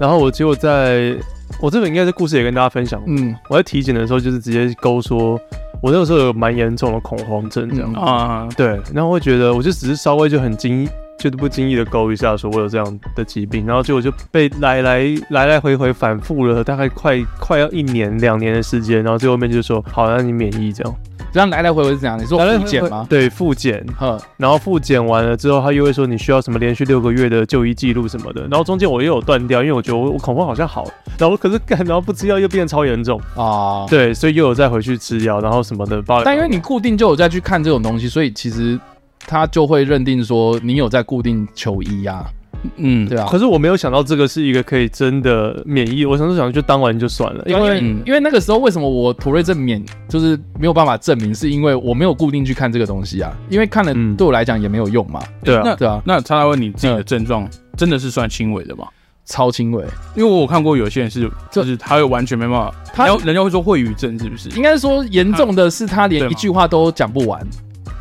然后我结果在我这个应该是故事也跟大家分享过，
嗯
我在体检的时候就是直接勾说，我那个时候有蛮严重的恐慌症这样，
嗯
啊，
对，然后会觉得我就只是稍微就很惊，就不经意的勾一下，说我有这样的疾病，然后结果就被来来来来回回反复了大概快快要一年两年的时间，然后最后面就说好，那你免疫这样，
这样来来回回是嗯怎样？你说
来来
体
回
检
回
吗？
对，复检，
呵，
然后复检完了之后，他又会说你需要什么连续六个月的就医记录什么的，然后中间我又有断掉，因为我觉得我我恐慌好像好了，然后可是干，然后不吃药又变得超严重，
哦，
对，所以又有再回去吃药，然后什么的，包
但因为你固定就有再去看这种东西，所以其实他就会认定说你有在固定求医呀、啊，
嗯，
对啊。
可是我没有想到这个是一个可以真的免疫，我想说想就当完就算了，因
因为、
为
因为那个时候为什么我妥瑞症免就是没有办法证明，是因为我没有固定去看这个东西啊，因为看了
嗯
对我来讲也没有用嘛，
对啊，
那
对啊，
那他来问你自己的
嗯
症状真的是算轻微的吗？
超轻微。
因为我有看过有些人是，就是他会完全没办法，
他
他人家会说会语症是不是？
应该说严重的是他连
对
一
嘛
句话都讲不完，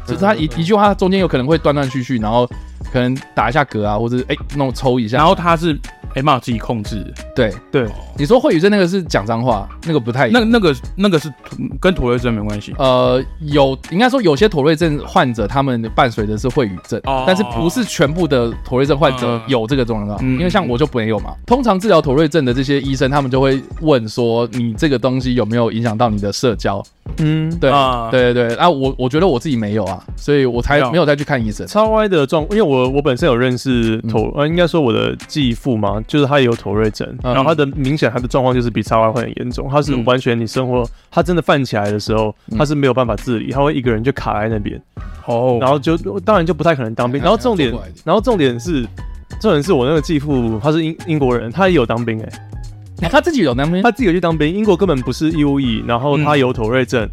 就是他一
嗯嗯嗯
一句话中间有可能会断断续续，然后可能打一下嗝啊，或者哎弄抽一下，
然后他是没办法自己控制的，
对
对，
你说惠宇症那个是讲脏话，那个不太一样
那那个那个是跟妥瑞症没关系。
呃，有应该说有些妥瑞症患者，他们伴随的是惠语症，
哦
但是不是全部的妥瑞症患者
嗯
有这个状况，
嗯
因为像我就没有嘛。通常治疗妥瑞症的这些医生，他们就会问说，你这个东西有没有影响到你的社交？
嗯，
对，
啊
对对对。啊，我我觉得我自己没有啊，所以我才
没有
没有再去看医生。
超歪的状，因为我我本身有认识头，呃，应该说我的继父嘛，就是他也有头瑞症，
嗯
然后他的明显他的状况就是比超歪会很严重，他是
嗯
完全你生活，他真的犯起来的时候，他是没有办法自理，他会一个人就卡在那边，
哦，
然后就当然就不太可能当兵，
哎
然后重点
哎坐过来一点，
然后重点是。重点是我那个继父，他是英英国人，他也有当兵哎、
啊他自己有那 边
他自己有去当兵，英国根本不是义务役，然后他有妥瑞症，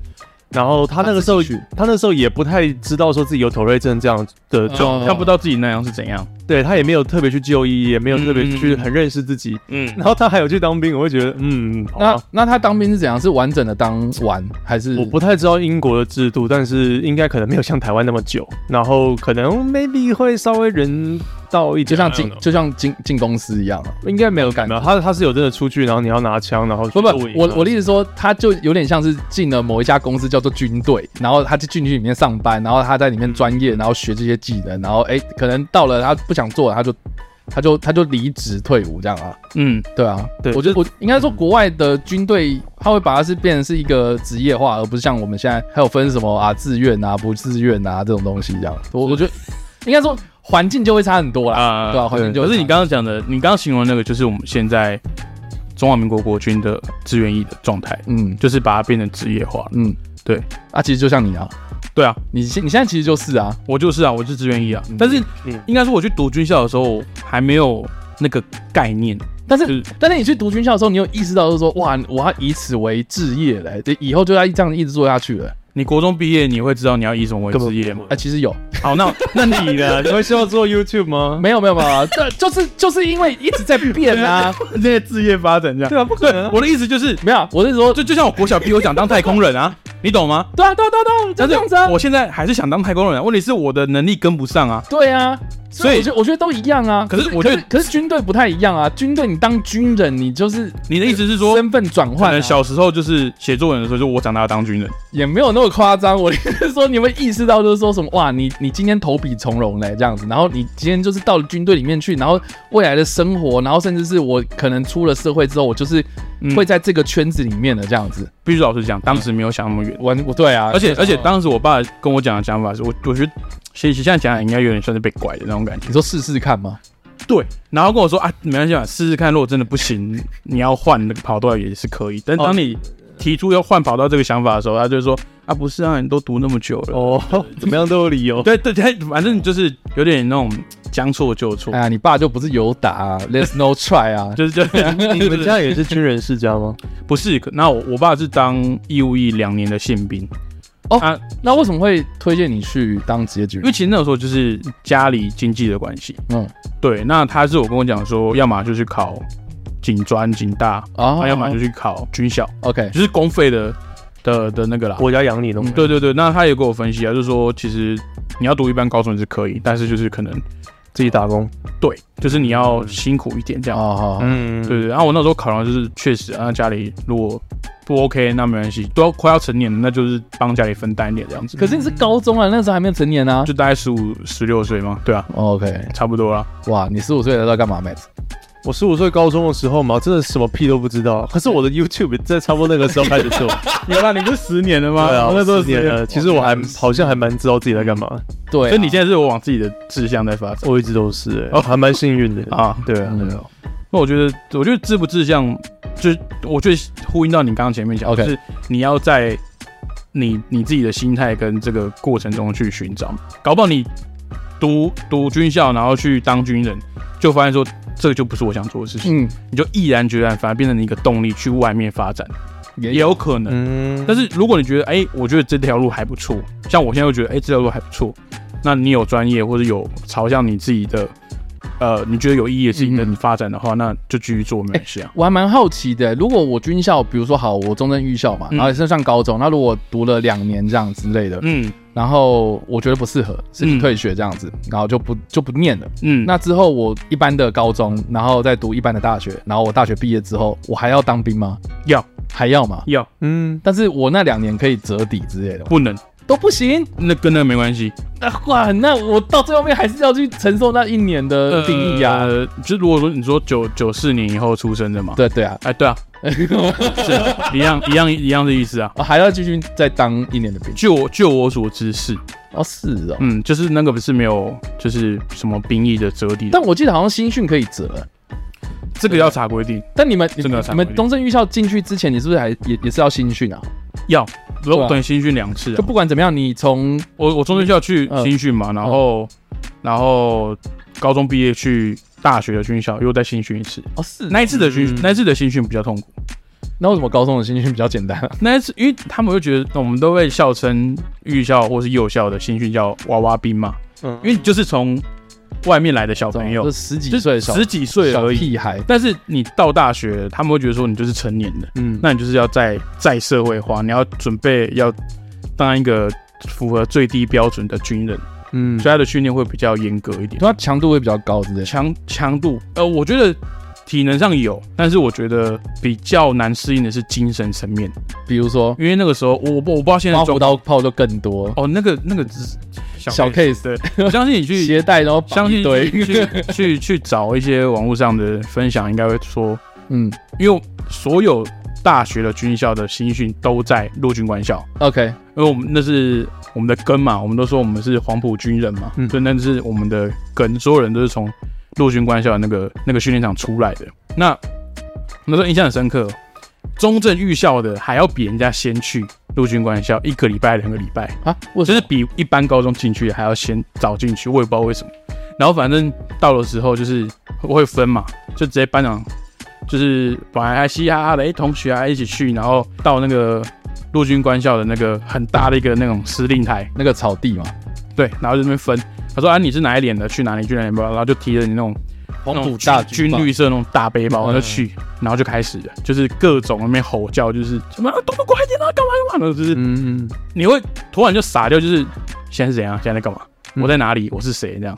然后他那个时候他那时候也不太知道说自己有妥瑞症这样的状，
哦
看不到自己那样是怎样。
对他也没有特别去就医，也没有特别去
嗯
很认识自己，
嗯
然后他还有去当兵，我会觉得嗯，好
那
吧
那他当兵是怎样？是完整的当完还是？
我不太知道英国的制度，但是应该可能没有像台湾那么久，然后可能哦 maybe 会稍微人道一点，
就像进
I don't know
就像进进公司一样啊。
应该没有感觉，他他是有真的出去，然后你要拿枪，然后去
不不
露，营
我
啊
我的意思说，他就有点像是进了某一家公司叫做军队，然后他就进去里面上班，然后他在里面专业，然后学这些技能，然后哎、可能到了他不想做了，他就他就他就离职退伍这样啊，
嗯，
对啊，
对
我觉得我应该说国外的军队，他会把它是变成是一个职业化，而不是像我们现在还有分什么啊自愿啊不自愿啊这种东西这样，我我觉得应该说环境就会差很多啦，
啊
对啊，环境就
可
会
是
差
你刚刚讲的，你刚刚形容的那个就是我们现在中华民国国军的志愿役的状态，
嗯
就是把它变成职业化了。
嗯
对
啊，其实就像你啊，
对啊，
你现你现在其实就是啊，
我就是啊，我是志愿役啊
嗯。
但是
嗯
应该说我去读军校的时候还没有那个概念，
但是
就是
但是你去读军校的时候，你有意识到就是说，哇，我要以此为置业嘞，这以后就要这样一直做下去了。
你国中毕业你会知道你要以什么为职业吗
哎、？其实有，
好，那那你呢？
哎你会需要做 YouTube 吗？
没有没有没有
嗯
没有，这就是就是因为一直在变 啊，
那些职业发展这样。
对啊，不可能啊。
我的意思就是，
没有啊，我是说，
就就像我国小逼我想当太空人啊， 你懂吗？
对啊对啊对啊对啊，就
但
这
是
样子啊，
我现在还是想当太空人啊，问题是我的能力跟不上啊。
对啊，所以
所以
我觉得我觉得都一样啊。
可是我
可
觉
是
得
可是军队不太一样啊，军队你当军人，你就是
你的意思是说，
身份转
可
换、
能
啊，
小时候就是写作文的时候，就我长大要当军人。
也没有那么夸张。我的意思是说，你会意识到就是说什么哇，你你今天投笔从戎嘞这样子，然后你今天就是到了军队里面去，然后未来的生活，然后甚至是我可能出了社会之后，我就是
嗯
会在这个圈子里面的这样子。
必须老实讲，当时没有想那么远。
我我对啊，
而且而且当时我爸跟我讲的想法是，我我觉得其实现在讲讲应该有点算是被拐的那种感觉。
你说试试看嘛，
对，然后跟我说啊，没关系嘛，试试看，如果真的不行，你要换那个跑道也是可以。但当你提出要换跑道这个想法的时候，他就说啊，不是啊，你都读那么久了。
哦，怎么样都有理 由。
对对对，反正就是有点那种将错就错
哎，呀，你爸就不是有打、啊、，Let's no try 啊，
就是就
你们家也是军人世家吗？
不是。可那我我爸是当义务役两年的宪兵，
嗯
哦
啊，
那为什么会推荐你去当职业军
因为
人？
其实那时候就是家里经济的关系，
嗯，
对。那他是我跟我讲说，要么就去考警专、警大，
啊
哦
啊，要么就去考军校，
OK，
就是公费的的的那个啦。
我家养你的，
嗯对对对，那他也给我分析啊，就是说其实你要读一般高中是可以，但是就是可能
自己打工。
对，就是你要辛苦一点这样。
哦，好
嗯，
对对，然、后我那时候考量就是确实啊，那家里如果不 OK，那没关系，都要快要成年了，那就是帮家里分担一点这样子。
可是你是高中啊，那时候还没有成年啊。
就大概十五、十六岁嘛，对啊，
OK，
差不多啦。
哇，你十五岁的时候干嘛，Max？
我十五岁高中的时候嘛，真的什么屁都不知道。可是我的 YouTube 在差不多那个时候开始 做，
有啦，你不是十年哦了吗？
对啊，
啊我那时候
十年了。其实我还好像还蛮知道自己在干嘛，
对啊，
呃所以你现在是我往自己的志向在发展
我一直都是、欸，哦，还蛮幸运的。
啊。
对啊，
嗯
对啊，
那我觉得，我觉得志不志向，就是我觉得呼应到你刚刚前面讲
OK
就是你要在你你自己的心态跟这个过程中去寻找，搞不好你读读军校，然后去当军人，就发现说这个就不是我想做的事情，
嗯，
你就毅然决然，反而变成你一个动力去外面发展，
也
也有可能。
嗯，
但是如果你觉得，哎、我觉得这条路还不错，像我现在就觉得，哎、这条路还不错，那你有专业或者有朝向你自己的，呃，你觉得有意义的事情
嗯
的你发展的话，那就继续做没关系啊。
我还蛮好奇的，如果我军校，比如说好，我中正预校嘛，
嗯
然后也是上高中，那如果读了两年这样之类的，
嗯
然后我觉得不适合，是
嗯
退学这样子，然后就不就不念了。
嗯，
那之后我一般的高中，然后再读一般的大学，然后我大学毕业之后，我还要当兵吗？
要
还要吗？
要
嗯，
但是我那两年可以折抵之类的吗，
不能，
都不行。
那跟那个没关系。
那哇，那我到最后面还是要去承受那一年的定义啊。
呃，就是如果说你说九九四年以后出生的嘛，，
对对啊，
哎、 对啊，是一样一样一样的意思啊。
我哦还要继续再当一年的兵。
就我就我所知是，
哦，是哦。
嗯，就是那个不是没有，就是什么兵役的折抵的，
但我记得好像新训可以折，
这个要查规定。
但你们你
真的有
你
参考
们东正预校进去之前，你是不是还也也是要新训啊？
要，
对啊
我等新训两次、啊
就，不管怎么样，你从
我我中学校去
嗯
新训嘛，然后然后高中毕业去大学的军校，又再新训一次。
哦是，那
那一次的军
嗯，
那一次的新训比较痛苦。
那为什么高中的新训比较简单啊？
那一次，因为他们会觉得我们都会笑称预校或是幼校的新训叫娃娃兵嘛，
嗯
因为就是从外面来的小朋友
啊就，十几
就
岁的
是
小
十几岁
小
而已。
屁孩，
但是你到大学，他们会觉得说你就是成年的，
嗯，
那你就是要再再社会化，你要准备要当一个符合最低标准的军人。
嗯
所以他的训练会比较严格一点，
它强度会比较高之类的。
强强度，呃，我觉得体能上有，但是我觉得比较难适应的是精神层面，
比如说
因为那个时候我我不我不知道现在
刮
状
胡刀炮就更多，
哦，那个那个只是
小 case
对，我相信你 去
鞋带然后
相
绑一
信
堆，
去去去去找一些网络上的分享，应该会说，
嗯
因为所有大学的军校的新训都在陆军官校，
，OK，
因为我们那是我们的根嘛，我们都说我们是黄埔军人嘛，
嗯
所以那是我们的根，所有人都是从陆军官校的那个那个训练场出来的。那我那时候印象很深刻，哦中正预校的还要比人家先去陆军官校一个礼拜、两个礼拜，
啊，我
真的比一般高中进去的还要先早进去，我也不知道为什么。然后反正到的时候就是我会分嘛，就直接班长就是本来还嘻嘻哈哈的，哎、同学啊一起去，然后到那个陆军官校的那个很大的一个那种司令台，
那个草地嘛，
对，然后就那边分。他说啊，你是哪一连的？去哪里？去哪里？然后就提着你那种
黄
那
埔
种
大
军
举报
军绿色那种大背包，
嗯
然后就去，然后就开始了，就是各种那边吼叫，就是什么啊动作快一点啊，干嘛干嘛的，就是
嗯嗯
你会突然就傻掉，就是现在是怎样？现在在干嘛？
嗯
我在哪里？我是谁？这样，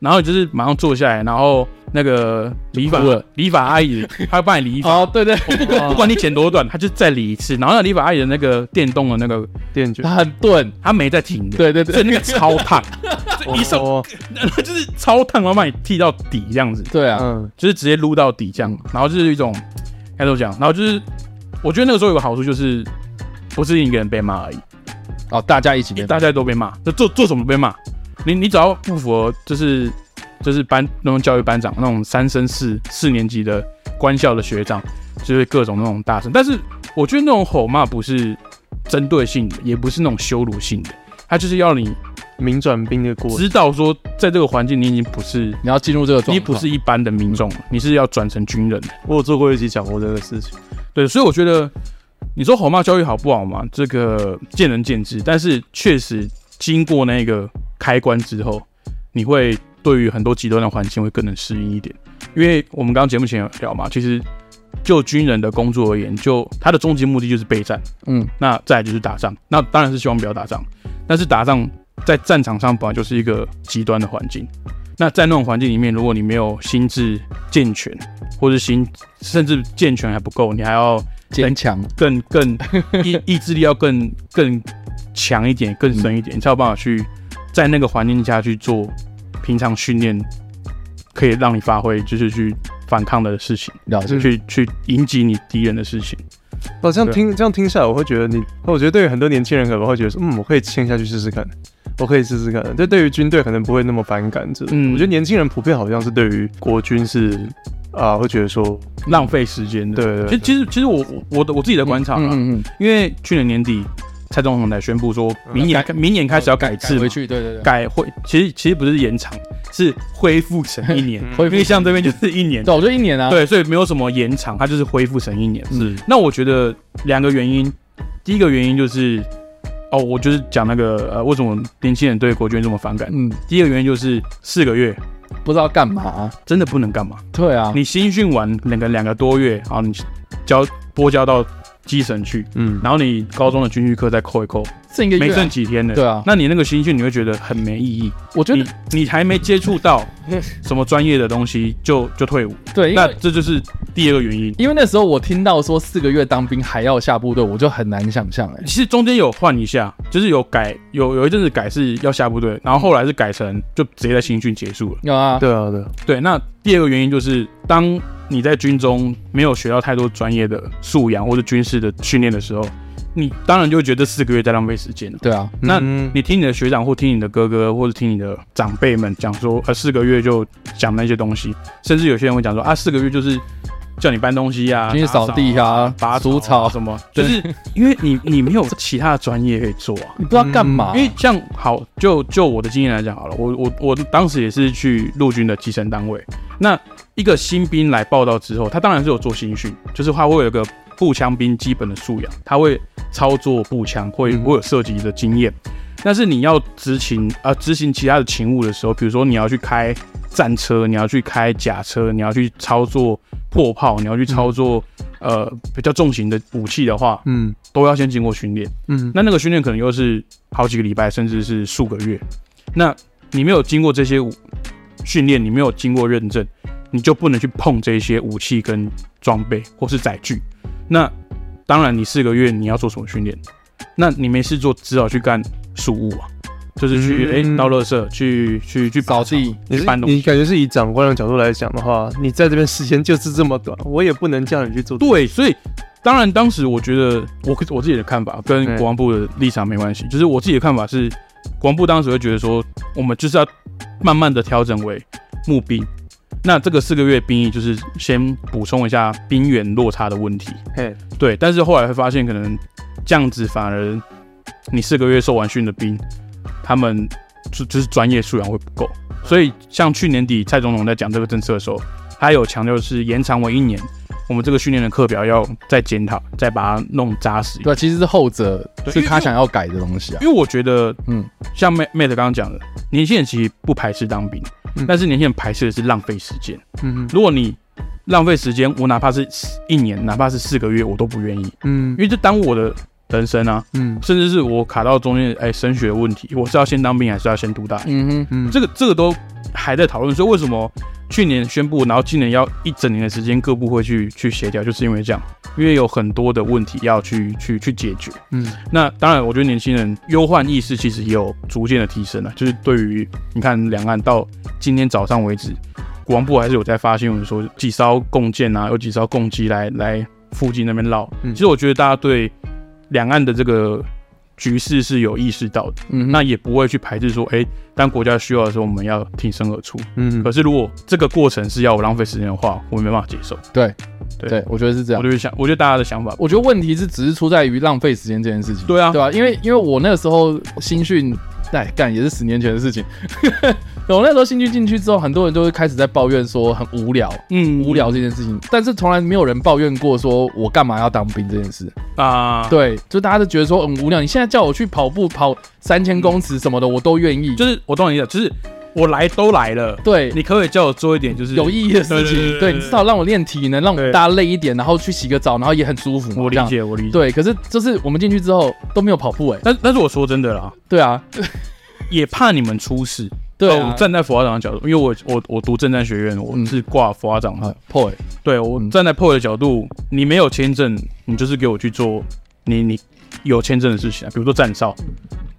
然后你就是马上坐下来，然后那个理发
哭了
理发阿姨，她会帮你理发，
哦，对对，
不管不管你剪多短，她就再理一次。然后那理发阿姨的那个电动的那个，
电 卷，
他很钝，
她没在停的，
对对
所以
对，
那个超烫，就一手
哦，
就是超烫，然后把你剃到底这样子，
对啊，
嗯
就是直接撸到底这样。然后就是一种该怎么讲？然后就是我觉得那个时候有个好处就是，不是你一个人被骂而已。
哦，大家一起变
大家都被骂，就做做什么都被骂。你你只要不符合，就是就是班那种教育班长那种三升四四年级的官校的学长，就会各种那种大声。但是我觉得那种吼骂不是针对性的，也不是那种羞辱性的，他就是要你
民转兵的过程，
知道说，在这个环境你已经不是
你要进入这个状
你
况，
不是一般的民众了，你是要转成军人的。
我有做过一集讲过这个事情，
对，所以我觉得你说吼骂教育好不好嘛？这个见仁见智，但是确实经过那个开关之后，你会对于很多极端的环境会更能适应一点。因为我们刚刚节目前有聊嘛，其实就军人的工作而言，就他的终极目的就是备战，
嗯，
那再来就是打仗。那当然是希望不要打仗，但是打仗在战场上本来就是一个极端的环境。那在那种环境里面，如果你没有心智健全，或者心甚至健全还不够，你还要
坚强，
更更意意志力要更更强一点，更深一点，你才有办法去在那个环境下去做平常训练，可以让你发挥，就是去反抗的事情，
了解。
去去迎击你敌人的事情。
哦，这样
对
听这样听下来，我会觉得你，我觉得对于很多年轻人可能会觉得说，嗯，我可以签下去试试看，我可以试试看。这对于军队可能不会那么反感，这
嗯
嗯，我觉得年轻人普遍好像是对于国军是啊，会觉得说，
浪费时间的。
对
其实
对对，
其实其实我我我的我自己的观察啦，
嗯嗯嗯，
因为去年年底蔡总统才宣布说，明年
改
明年开始要改制
改
嘛
回去，对对对。
改恢，其实其实不是延长，是恢复成一年
恢
因
复
为像这边就是一年，
对，我就一年啊，，
对，所以没有什么延长，它就是恢复成一年。
嗯
那我觉得两个原因，第一个原因就是。哦，我就是讲那个呃，为什么年轻人对国军这么反感？
嗯，
第一个原因就是四个月
不知道干嘛、啊
真的不能干嘛，
对啊，
你新训完两个两个多月，然后你交拨交到基层去，
嗯，
然后你高中的军训课再扣一扣，
剩一个
没
月啊、
剩几天了。
对啊
那你那个新训你会觉得很没意义，
我觉
你
得
你还没接触到什么专业的东西就就退伍，
对，因
那
为
这就是第二个原因。
因为那时候我听到说四个月当兵还要下部队，我就很难想象哎、
其实中间有换一下，就是有改，有有一阵子改是要下部队，然后后来是改成就直接在新训结束了。
有啊，
对啊，对啊，
对，那第二个原因就是，当你在军中没有学到太多专业的素养或者军事的训练的时候，你当然就会觉得这四个月在浪费时间了。
对啊，
那
嗯
你听你的学长或听你的哥哥或者听你的长辈们讲说，呃，四个月就讲那些东西，甚至有些人会讲说啊，四个月就是叫你搬东西啊，
进去扫地啊
打啊、拔
除草
啊什么，就是因为你你没有其他的专业可以做啊。
你不知道干嘛、
因为像好，就就我的经验来讲好了，我我我当时也是去陆军的基层单位。那一个新兵来报道之后，他当然是有做新训，就是他会有一个步枪兵基本的素养，他会操作步枪，会
嗯
会有射击的经验。但是你要执勤啊，呃执、行其他的勤务的时候，比如说你要去开战车，你要去开甲车，你要去操作破炮，你要去操作、呃比较重型的武器的话，
嗯
都要先经过训练。
嗯，
那那个训练可能又是好几个礼拜，甚至是数个月。那你没有经过这些武训练，你没有经过认证，你就不能去碰这些武器跟装备或是载具。那当然，你四个月你要做什么训练？那你没事做，只好去干庶务啊，就是去哎、
嗯
倒垃圾，去去去
扫地
你
去
是
搬东
你
西。
感觉是以长官的角度来讲的话，你在这边时间就是这么短，我也不能叫你去做。
对，所以当然当时我觉得我我自己的看法跟国防部的立场没关系，就是我自己的看法是，国防部当时会觉得说，我们就是要慢慢的调整为募兵。那这个四个月兵役就是先补充一下兵源落差的问题，
嘿，
对。但是后来会发现，可能这样子反而你四个月受完训的兵，他们就就是专业素养会不够。所以像去年底蔡总统在讲这个政策的时候，他有强调是延长为一年，我们这个训练的课表要再检讨，再把它弄扎实一点。
对，啊其实是后者
对
是
因为
他想要改的东西啊，
因为我觉得，
嗯
嗯，像 Mate Mate 刚刚讲的，年轻人其实不排斥当兵，
嗯
但是年轻人排斥的是浪费时间。
嗯
如果你浪费时间，我哪怕是一年，哪怕是四个月，我都不愿意，
嗯
因为这耽误我的人生啊，
嗯
甚至是我卡到中间，哎，升学的问题，我是要先当兵还是要先读大学？
嗯哼，
嗯，
这个这个都还在讨论，所以为什么去年宣布，然后今年要一整年的时间各部会去去协调，就是因为这样，因为有很多的问题要去去去解决。
嗯
那当然，我觉得年轻人忧患意识其实也有逐渐的提升了，啊就是对于你看两岸到今天早上为止，国防部还是有在发新闻说几艘共建啊，有几艘共机来来附近那边绕。
嗯
其实我觉得大家对两岸的这个局势是有意识到的。
嗯哼，
那也不会去排斥说，哎、当国家需要的时候，我们要挺身而出。
嗯
可是如果这个过程是要我浪费时间的话，我没办法接受。
对
对
对，我觉得是这
我。
样
就是想，我觉得大家的想法，
我觉得问题是只是出在于浪费时间这件事情，
对啊
对吧、因为因为我那个时候新训，哎，干也是十年前的事情。 我那时候新训进去之后，很多人就会开始在抱怨说很无聊，
嗯
无聊这件事情，但是从来没有人抱怨过说我干嘛要当兵这件事。
啊，，
对，就大家都觉得说很无聊。你现在叫我去跑步跑三千公尺什么的，我都愿意。
就是我懂你的，就是我来都来了，
对
你可不可以叫我做一点就是
有意义的事
对对对
情，
对
对，你至少让我练体能，让
对
大家累一点，然后去洗个澡，然后也很舒服嘛。
我
这
理
样。
解，我理解。，
对，可是就是我们进去之后都没有跑步哎、
但但是我说真的啦，
对啊，
也怕你们出事。
对
哦
啊
我，站在佛家长的角度，因为我我我读正战学院，我
嗯
是挂佛家长的。
啊破哎、
对我站在 PO 的角度，你没有签证，你就是给我去做你你有签证的事情啊，比如说站哨，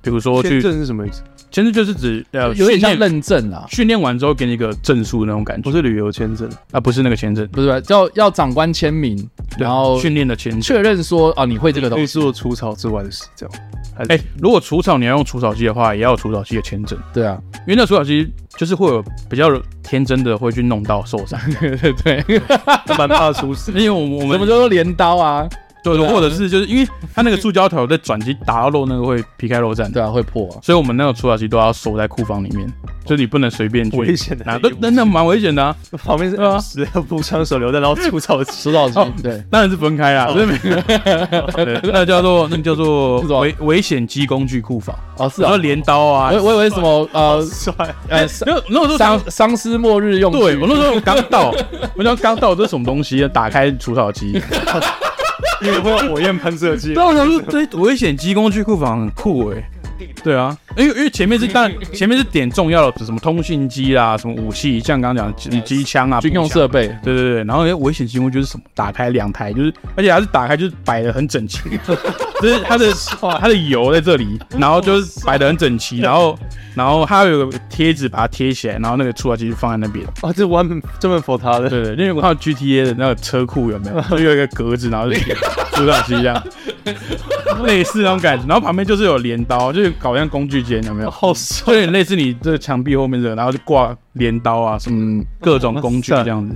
比如说去
签证是什么意思？
签证就是指呃
有点像
训练
认证啊啦，
训练完之后给你一个证书那种感觉
不是旅游签证，
啊，不是那个签证，啊
不是吧？要要长官签名，然后
训练的签证。
确认说啊你会这个
可
东
以
西，
做除草之外的事，这样。还是
哎、如果除草你要用除草机的话，也要有除草机的签证，
对啊，
因为那除草机就是会有比较天真的会去弄到受伤，
对对对，
哎
还 蛮怕出 事。
因为我们我
怎么
们
说镰刀啊，
对，或者是就是因为它那个塑胶条在转机打到肉那个会皮开肉绽，
对啊会破啊，
所以我们那个除草机都要收在库房里面，就是你不能随便去
危险的
拿，那那那蛮危险的啊，
旁边是
对啊
M 十步枪手榴弹，然后除草
手导机、
哦
对，
当然是分开啦，所以 没有对那叫做那叫做
是什么
危危险机工具库房，
哦是
然
啊
后，镰刀啊，哎
我我以为什么呃
帅，啊
呃丧
那那我就想。
丧丧尸末日用具，
哦对我那时候刚 到，我想刚到这是什么东西？打开除草机，
因为会有火焰啊喷射器
对，。我想说这危险机工具库房很酷哎、对啊，因为因为前面是当然前面是点重要的，什么通信机啦，什么武器，像刚刚讲的机机枪啊，
军用
步枪
设备，
对对对，然后那危险机工具是什么？打开两台，就是而且它是打开就是摆的很整 齐，就是它的它的油在这里，然后就是摆的很整齐，然后然后它有个贴纸把它贴起来，然后那个出来机就放在那边。
啊，这专门专门 for 他的，
对对，因为我看到 GTA 的那个车库有没有，就有一个格子，然后就是出来机这样，类似那种感觉，然后旁边就是有镰刀，就是搞像工具间有没有？
好帅，
就有点类似你这个墙壁后面的，然后就挂镰刀啊什么
嗯，
各种工具这样子，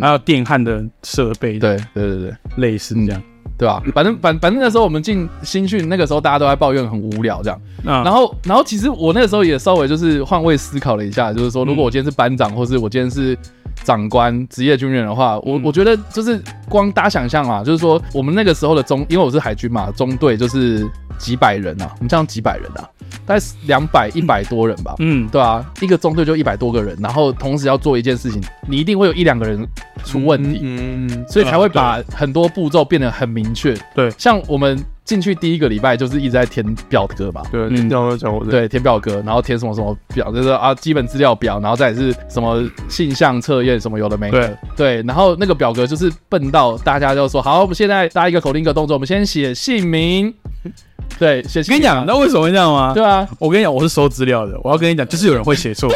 还有电焊的设备，
对对对对。
类似这样。
对吧、反正反反正那时候我们进新训，那个时候大家都在抱怨很无聊这样。
啊
那
然后，然后其实我那个时候也稍微就是换位思考了一下，
嗯
就是说，如果我今天是班长，或是我今天是长官、职业军人的话，
嗯
我我觉得就是光大家想象啊，就是说我们那个时候的中，因为我是海军嘛，中队就是几百人啊，我们这样几百人啊，大概两百一百多人吧。
嗯，
对啊，一个中队就一百多个人，然后同时要做一件事情，你一定会有一两个人出问题，
嗯，
所以才会把很多步骤变得很明确。
对
像我们进去第一个礼拜就是一直在填表格嘛，
对，
嗯
你讲我讲我，
对，填表格，然后填什么什么表，就是啊基本资料表，然后再是什么性向测验什么有的没的，
对
对，然后那个表格就是笨到大家就说好，我们现在搭一个口令一个动作，我们先写姓名，对，写姓
跟你讲，那为什么会这样吗？
对啊，
我跟你讲，我是收资料的，我要跟你讲，就是有人会写错，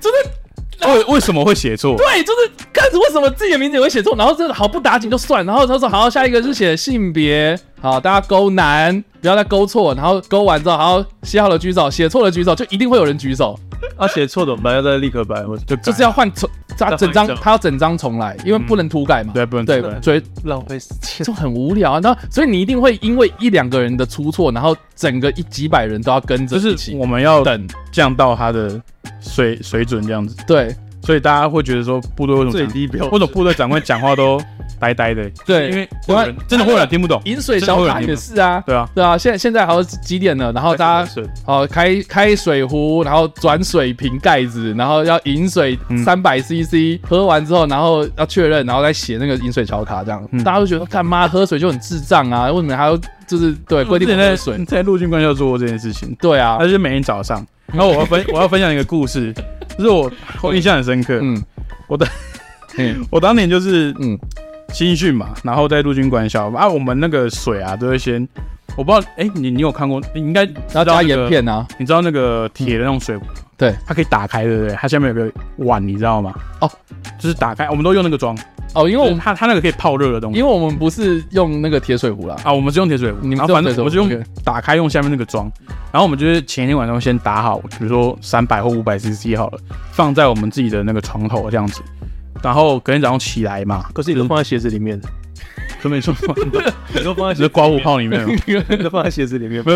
对，为为什么会写错？
对，就是看为什么自己的名字也会写错，然后真的好不打紧就算，然后他说好，下一个是写性别，好，大家勾男，不要再勾错，然后勾完之后，然后写好了举手，写错了举手，就一定会有人举手，
啊，写错怎么办？要再立刻白，我就
就是要换重，他整张
再换一张
他要整张重来，因为不能涂改嘛，
嗯对不能
对
涂改，
所以
浪费时间。
就很无聊啊。然后所以你一定会因为一两个人的出错，然后整个一几百人都要跟着
就
一
是
起
我们要
等，
降到他的水水准这样子，
对
所以大家会觉得说部队为什么
最低标准
为什么部队长官讲话都呆呆的？
对，
因为会有人真的会有人听不懂，
饮水小卡也是啊。
对啊，
对啊，现在现在好像几点了？然后大家
是
哦，开开水壶，然后转水瓶盖子，然后要饮水
嗯
三百 CC，、喝完之后，然后要确认，然后再写那个饮水桥卡，这样、
嗯
大家都觉得干妈喝水就很智障啊，为什么还要就是对规
我之
定
前
不喝
在
水？
在陆军官校做过这件事情，
对啊
他，就是每天早上，
嗯
然后我要分 我要分享一个故事，就是我我印象很深刻，
嗯，
我 的
嗯
我当年就是
嗯
新训嘛，然后在陆军官校啊，我们那个水啊都会先，我不知道，哎、你你有看过？你应该
然
知道
后加
那
盐
个，
片啊，
你知道那个铁的那种水壶、
对，
它可以打开，对不对？它下面有个碗，你知道吗？
哦，
就是打开，我们都用那个装，
哦，因
就
为我
是
们
它它那个可以泡热的东西
因为我们不是用那个铁水壶啦，
啊，我们是用铁水壶，
你们
然
是
后
用
反正
铁水
我
壶
们就用
OK
打开用下面那个装，然后我们就是前一天晚上先打好，比如说三百或五百 CC 好了，放在我们自己的那个床头这样子，然后隔天早上起来嘛，
可是你都放在鞋子里面，
可没错，
你都放在
只是
鞋，
刮胡泡里面 嘛，
你都放在鞋子里面
不。不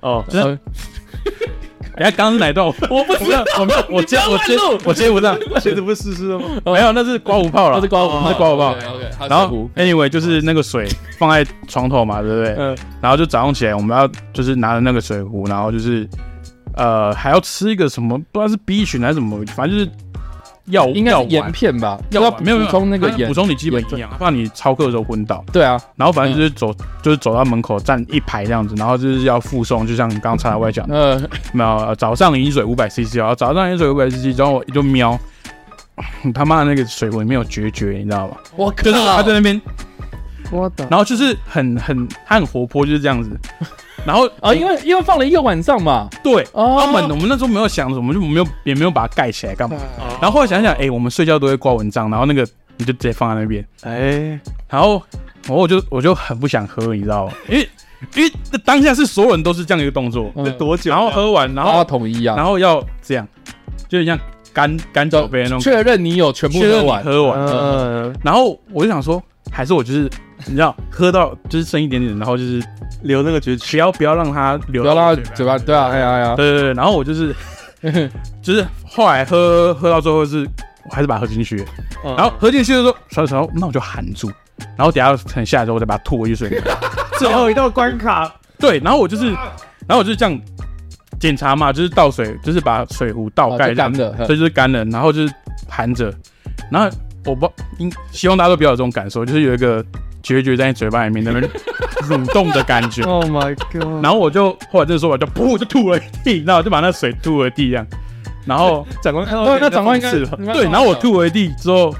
不。
哦，
就是
呃
人哎家刚刚是哪一段？我不知道，我没有，我接我接我接不上，
鞋子哎不是湿湿的吗？
没有，那是刮胡泡了，
那是刮胡泡
那是刮胡泡。
OK，
然后 anyway 就是那个水放在床头嘛，对不对？
嗯，
然后就早上起来，我们要就是拿着那个水壶，然后就是呃还要吃一个什么，不知道是 B 群还是什么，反正就是药
应该
药
是盐
丸。
片吧？
药
要
丸没有没
补
有
充那个
它
盐
补。充你基本
盐
营养，怕你超课的时候昏倒。
对啊，
然后反正就是走，就是走到门口站一排这样子，然后就是要附送，就像你刚刚插外讲的，
呃，
没有呃早上饮水五百 CC 啊，早上饮水五百 CC，然后我就瞄， 他妈的那个水壶里面有决绝，你知 道吗？
我
就是他
靠，
在那边，
我的
然后就是很很他很活泼，就是这样子。 然后
啊，因为因为放了一个晚上嘛，
对，
哦
他们我们那时候没有想什么，就没有也没有把它盖起来干嘛。
啊
然后后来想想，哎，我们睡觉都会挂蚊帐，然后那个你就直接放在那边。
哎，
然后，然后我就我就很不想喝，你知 道吗？因为因为那当下是所有人都是这样一个动作，
嗯
这多久
然
啊？
后喝完，然
然后
后
统一啊
然，后要这样，就很像干干酒杯那种，
确认你有全部
确认
喝
你
完，
喝完。
嗯，
然后我就想说，还是我就是你知道，喝到就是剩一点点，然后就是
留那个绝
不要不要让它流
不要
到
让
我
它嘴巴，对啊，哎呀哎呀，
对对对。然后我就是 就是后来喝喝到最后是，我还是把它喝进去了。
嗯
然后喝进去的时候，小小那我就含住，然后等一下等下来之后我再把它吐回去水 里面。
最后一道关卡，
对，然后我就是，然后我就这样检查嘛，就是倒水，就是把水壶倒
啊
盖
就
这样
干了呵
所以就是干了，然后就是含着，然后我不应希望大家都不要有这种感受，就是有一个决绝在你嘴巴里面那边蠕动的感 觉。
Oh my god！
然后我就后来这个说法就噗就吐了地，然后我就把那水吐了地这样，然后
长官看到
对，
这
哦那
个
长官应该
是吧
应该
对，
放
然后我
手
吐了地之后。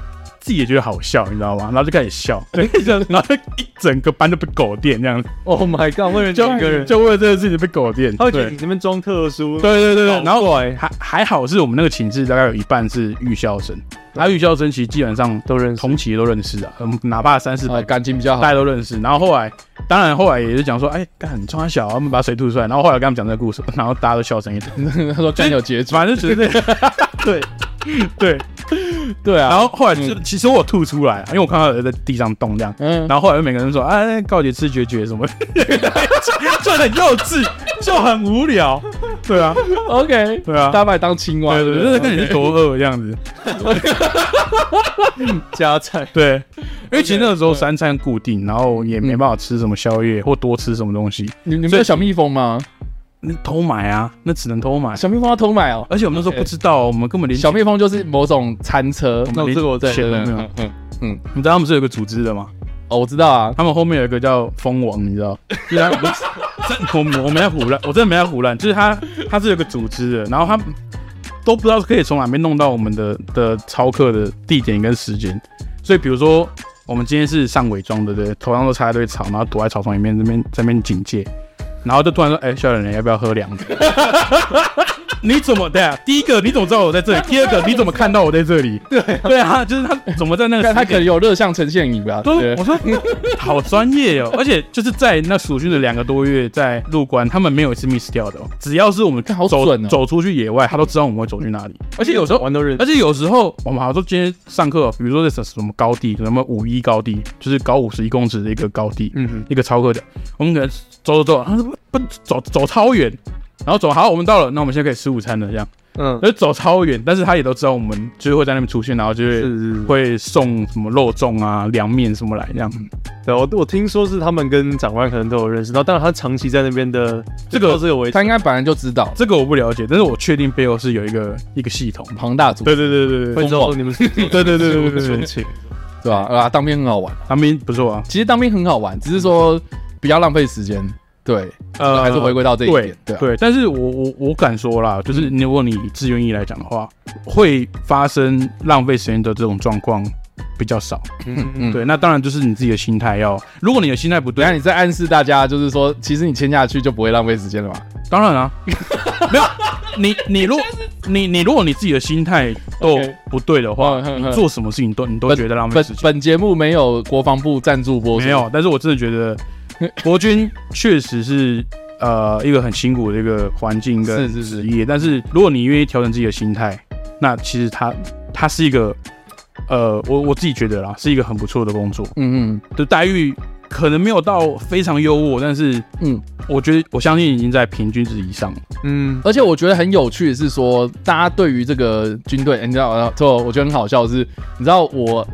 自己也觉得好笑，你知道吗？然后就开始笑，对，就然后就一整个班都被狗电这样，
，Oh my god！为了
就
整个人，
就为了这个事情被狗电，
他会觉
对
得你这边装特殊，
对对对
搞哎
对，然后
怪
还还好是我们那个寝室大概有一半是预校生，那预校生其实基本上
都认识。哦
同期都认识啊，嗯哪怕三四
呃
百，
感情比较好
大，家都认识。然后后来，当然后来也是讲说，哎，干冲他小，他们把水吐出来。然后后来跟他们讲这个故事， 然后大家都笑 成一团，
他说真有结局，
反正就觉得 对对。
对
然
啊，
后后来就
嗯
其实我有吐出来，啊因为我看到有人在地上动这样。
嗯，
然后后来每个人说，哎，告解吃绝绝什么的， 就很幼稚，就很无聊。对啊，
OK，
对啊
大家把你当青蛙，
对对对，
不
那看你是多饿这样子。
加菜，
对，因为其实那个时候三餐固定，然后也没办法吃什么宵夜或多吃什么东西，
你你们
所以
有小蜜蜂吗？
那偷买啊，那只能偷买。
小蜜蜂要偷买哦，
而且我们那时候不知道，我们根本连
小蜜蜂就是某种餐车，
我们连
那这个我在
钱都没有。
嗯嗯，
你知道他们是有个组织的吗？
哦，我知道啊，
他们后面有一个叫蜂王，啊你知道？就是 他不是，真我我没在胡乱，我真的没在胡乱，就是他他是有个组织的，然后他都不知道可以从哪边弄到我们的的操课的地点跟时间，所以比如说我们今天是上伪装的，对不对，头上都插一堆草，然后躲在草丛里面这边这边警戒，然后就突然说，哎、小人要不要喝凉的？ 你怎么的呀？第一个你怎么知道我在这里？第二个你怎么看到我在这里？对对啊，就是他怎么在那个
但他
时
可能
间
有热像呈现你吧，
对，
啊对
我，说 好专业哦，而且就是在那暑训的两个多月在入关，他们没有一次 miss 掉的、哦，只要是我们
看好
走、
准哦
走出去野外，他都知道我们会走去哪里，而且有时候。
玩都认
而
识。
且有时候我们好像说今天上课，哦比如说在什么高地，什么五一高地，就是高五十一公尺的一个高地，
嗯哼，
一个超课的，我们可能走走走，他说不不走走超远，然后走好，我们到了，那我们现在可以吃午餐了，这样，
嗯，
而走超远，但是他也都知道我们就是会在那边出现，然后就会
是是是。
会送什么肉粽啊、凉面什么来这样。
对，我我听说是他们跟长官可能都有认识，然后当然他长期在那边的
这个
到这个为止
他应该本来就知道
这个我不了解，但是我确定背后是有一个一个系统。
庞大组
对
织，
对对对对
会
对，
知道说你们是对
对对对对对对
纯情，
对吧？啊，当兵很好玩，
他们不错啊。
其实当兵很好玩，只是说比较浪费时间，对，
呃
还是回归到这一
对
点，对啊，
对，但是我我我敢说啦，就是如果你自愿意来讲的话，会发生浪费时间的这种状况比较少。
嗯
对，那当然就是你自己的心态要，如果你的心态不
等
对
一，下你在暗示大家，就是说，其实你签下去就不会浪费时间了嘛？
当然啊，没有你你如果你你如果你自己的心态都
OK
不对的话，
嗯嗯嗯
你做什么事情都你都觉得浪费
本
时间。
本节目没有国防部赞助播出，
没有，但是我真的觉 得国军确实是呃一个很辛苦的一个环境跟
是是是
职业，但是如果你愿意调整自己的心态，那其实它它是一个呃，我我自己觉得啦，是一个很不错的工作，
嗯嗯
的待遇可能没有到非常优渥，但是
嗯，
我觉得我相信已经在平均值以上了。
嗯，
而且我觉得很有趣的是说，大家对于这个军队，你知道，呃就我觉得很好笑的是，你知道我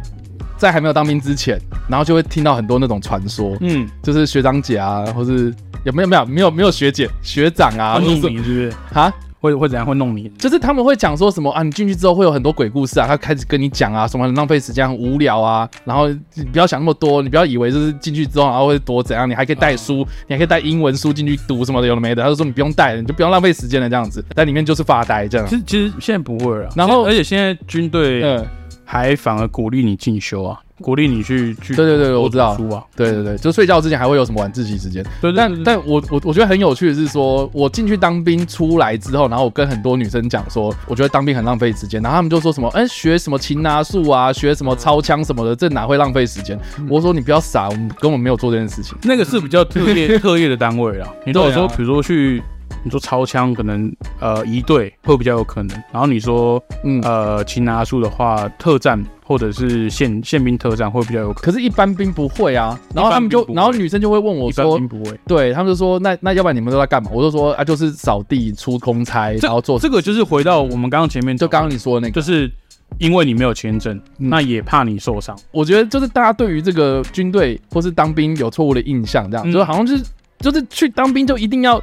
在还没有当兵之前，然后就会听到很多那种传说，
嗯，
就是学长姐啊，或是有没有没有没有没有学姐学长啊，
啊，
或
弄
者是
你是不是？
啊，
会会怎样会弄你？
就是他们会讲说什么啊，你进去之后会有很多鬼故事啊，他开始跟你讲啊，什么很浪费时间，很无聊啊，然后你不要想那么多，你不要以为就是进去之后然后会多怎样，你还可以带
哦
书，你还可以带英文书进去读什么的，有的没的。他就说你不用带了，你就不用浪费时间了这样子，但里面就是发呆这样
其。实其实现在不会了，
然后
而且现在军队
嗯，
还反而鼓励你进修啊，鼓励你去去
对对对
多
我知道
读书啊，
对对对，就睡觉之前还会有什么晚自习时间。
对，对
但但我我我觉得很有趣的是说，我进去当兵出来之后，然后我跟很多女生讲说，我觉得当兵很浪费时间，然后他们就说什么，哎、学什么擒拿术啊，学什么操枪什么的，这哪会浪费时间？
嗯
我说你不要傻，我们根本没有做这件事情。
那个是比较特业 特业的单位啦。你如果
对
说，
啊
比如说去，你说超枪可能呃一队会比较有可能。然后你说
嗯，
呃擒拿术的话，特战或者是宪宪兵特战会比较有可
可是，一般兵不会啊。然后他们就
一般兵，不会
然后女生就会问
能。
我
一般
说
兵，不会，
对他们就说，那那要不然你们都在干嘛？我就说啊，就是扫地、出公差，然后做
这个就是回到我们刚刚前面
就
讨
刚刚
论
你说的那个。
就是因为你没有签证，
嗯
那也怕你受伤。
我觉得就是大家对于这个军队或是当兵有错误的印象，这样、
嗯
就是好像就是就是去当兵就一定要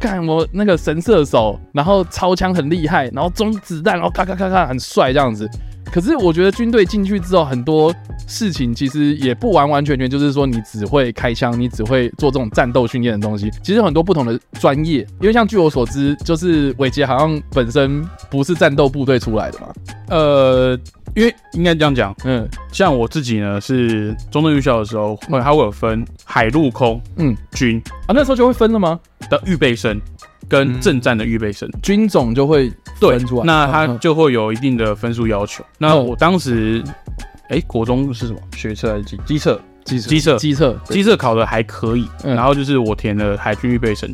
干我那个神射手，然后操枪很厉害，然后中子弹，然后咔咔咔咔很帅这样子。可是我觉得军队进去之后，很多事情其实也不完完全全就是说你只会开枪，你只会做这种战斗训练的东西。其实有很多不同的专业，因为像据我所知，就是伟杰好像本身不是战斗部队出来的嘛，
呃，因为应该这样讲，
嗯
像我自己呢是中正预校的时候，会它会有分海陆空
嗯
军
啊，那时候就会分了吗？
的预备生
嗯
跟正战的预备生。
军种就会
对
分出来，
那它
嗯嗯嗯
就会有一定的分数要求。那我当时，哎、国中是什么？学测还是机机测？
机测
机测
机测
机测考的还可以，
嗯
然后就是我填了海军预备生，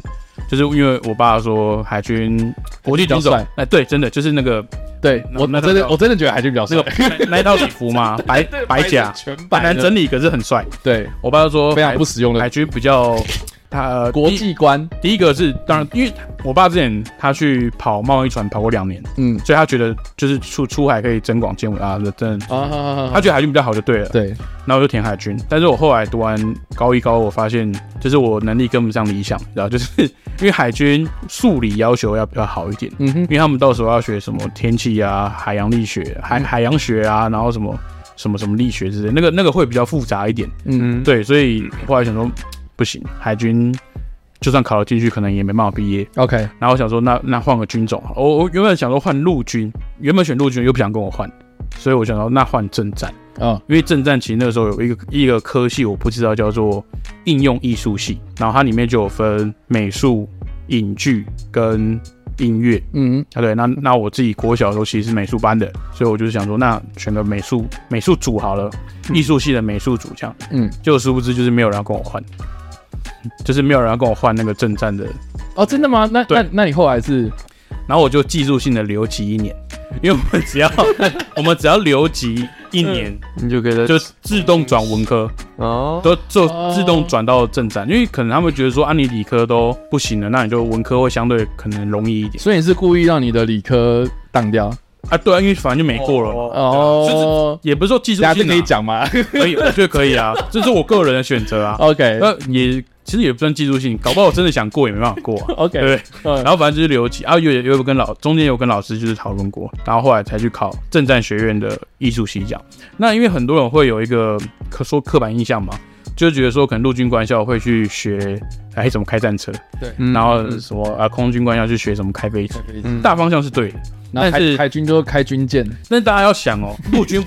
就是因为我爸说海军国际军
比较
种，
帅
哎、对，真的就是那个
对
那
我
那
我真的
那
我真的觉得海军比较
那
帅
个那那一套礼服 嘛，白 白甲，
全
很难
真
整理，可是很帅。
对
我爸就说
非常
海
不实用的
海军比较，他、呃
国际观，
第一个是当然，因为我爸之前他去跑贸易船跑过两年，
嗯
所以他觉得就是出出海可以增广见闻啊，真的，
啊
他觉得海军比较好就对了。
对
然后我就填海军，但是我后来读完高一高二，我发现就是我能力跟不上理想，然后就是 因为海军数理要求要比较好一点，
嗯哼
因为他们到时候要学什么天气啊、海洋力学、海海洋学啊，然后什么什么什么力学之类，那个那个会比较复杂一点。
嗯
对，所以后来想说不行，海军就算考了进去，可能也没办法毕业。
OK
然后我想说那，那换个军种好了。我我原本想说换陆军，原本选陆军又不想跟我换，所以我想说那换政战，
啊
因为政战其实那个时候有一个一个科系我不知道叫做应用艺术系，然后它里面就有分美术、影剧跟音乐。
嗯
啊，对，那那我自己国小的时候其实是美术班的，所以我就是想说，那选个美术美术组好了，艺术系的美术组这样。
嗯
结果殊不知就是没有人要跟我换，就是没有人要跟我换那个正战的，
哦真的吗？那
对
那那你后来是
然后我就技术性的留级一年，因为我们 只要我们只要留级一年，
嗯
你就可以在
就自动转文科，
嗯哦，
嗯都就自动转到正战，因为可能他们觉得说啊你理科都不行了，那你就文科会相对可能容易一点
所以你是故意让你的理科当掉
啊，对啊，因为反正就没过了。
哦？
也不是说技术
大家
性
这
啊
可以，讲吗
可以，我觉得可以啊，这是我个人的选择啊。
？OK
那也其实也不算技术性，搞不好我真的想过也没办法过啊。对
OK
不对？然后反正就是留级啊，有有有跟老中间有跟老师就是讨论过，然后后来才去考政战学院的艺术系奖。那因为很多人会有一个可说刻板印象嘛，就觉得说可能陆军官校会去学哎怎么开战车，
嗯
然后什么啊空军官校去学怎么开飞机，
嗯
大方向是对的。
那
但
海
是
海军就是开军舰，
但是大家要想哦，陆 军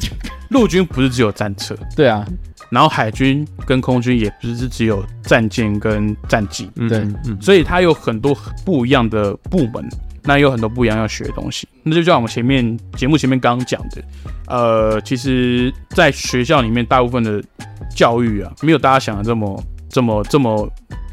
陆军不是只有战车，
对啊，
然后海军跟空军也不是只有战舰跟战机，
嗯
对
嗯嗯
所以它有很多不一样的部门，那有很多不一样要学的东西。那就像我们前面节目前面刚刚讲的，呃，其实，在学校里面大部分的教育啊，没有大家想的这么这么这么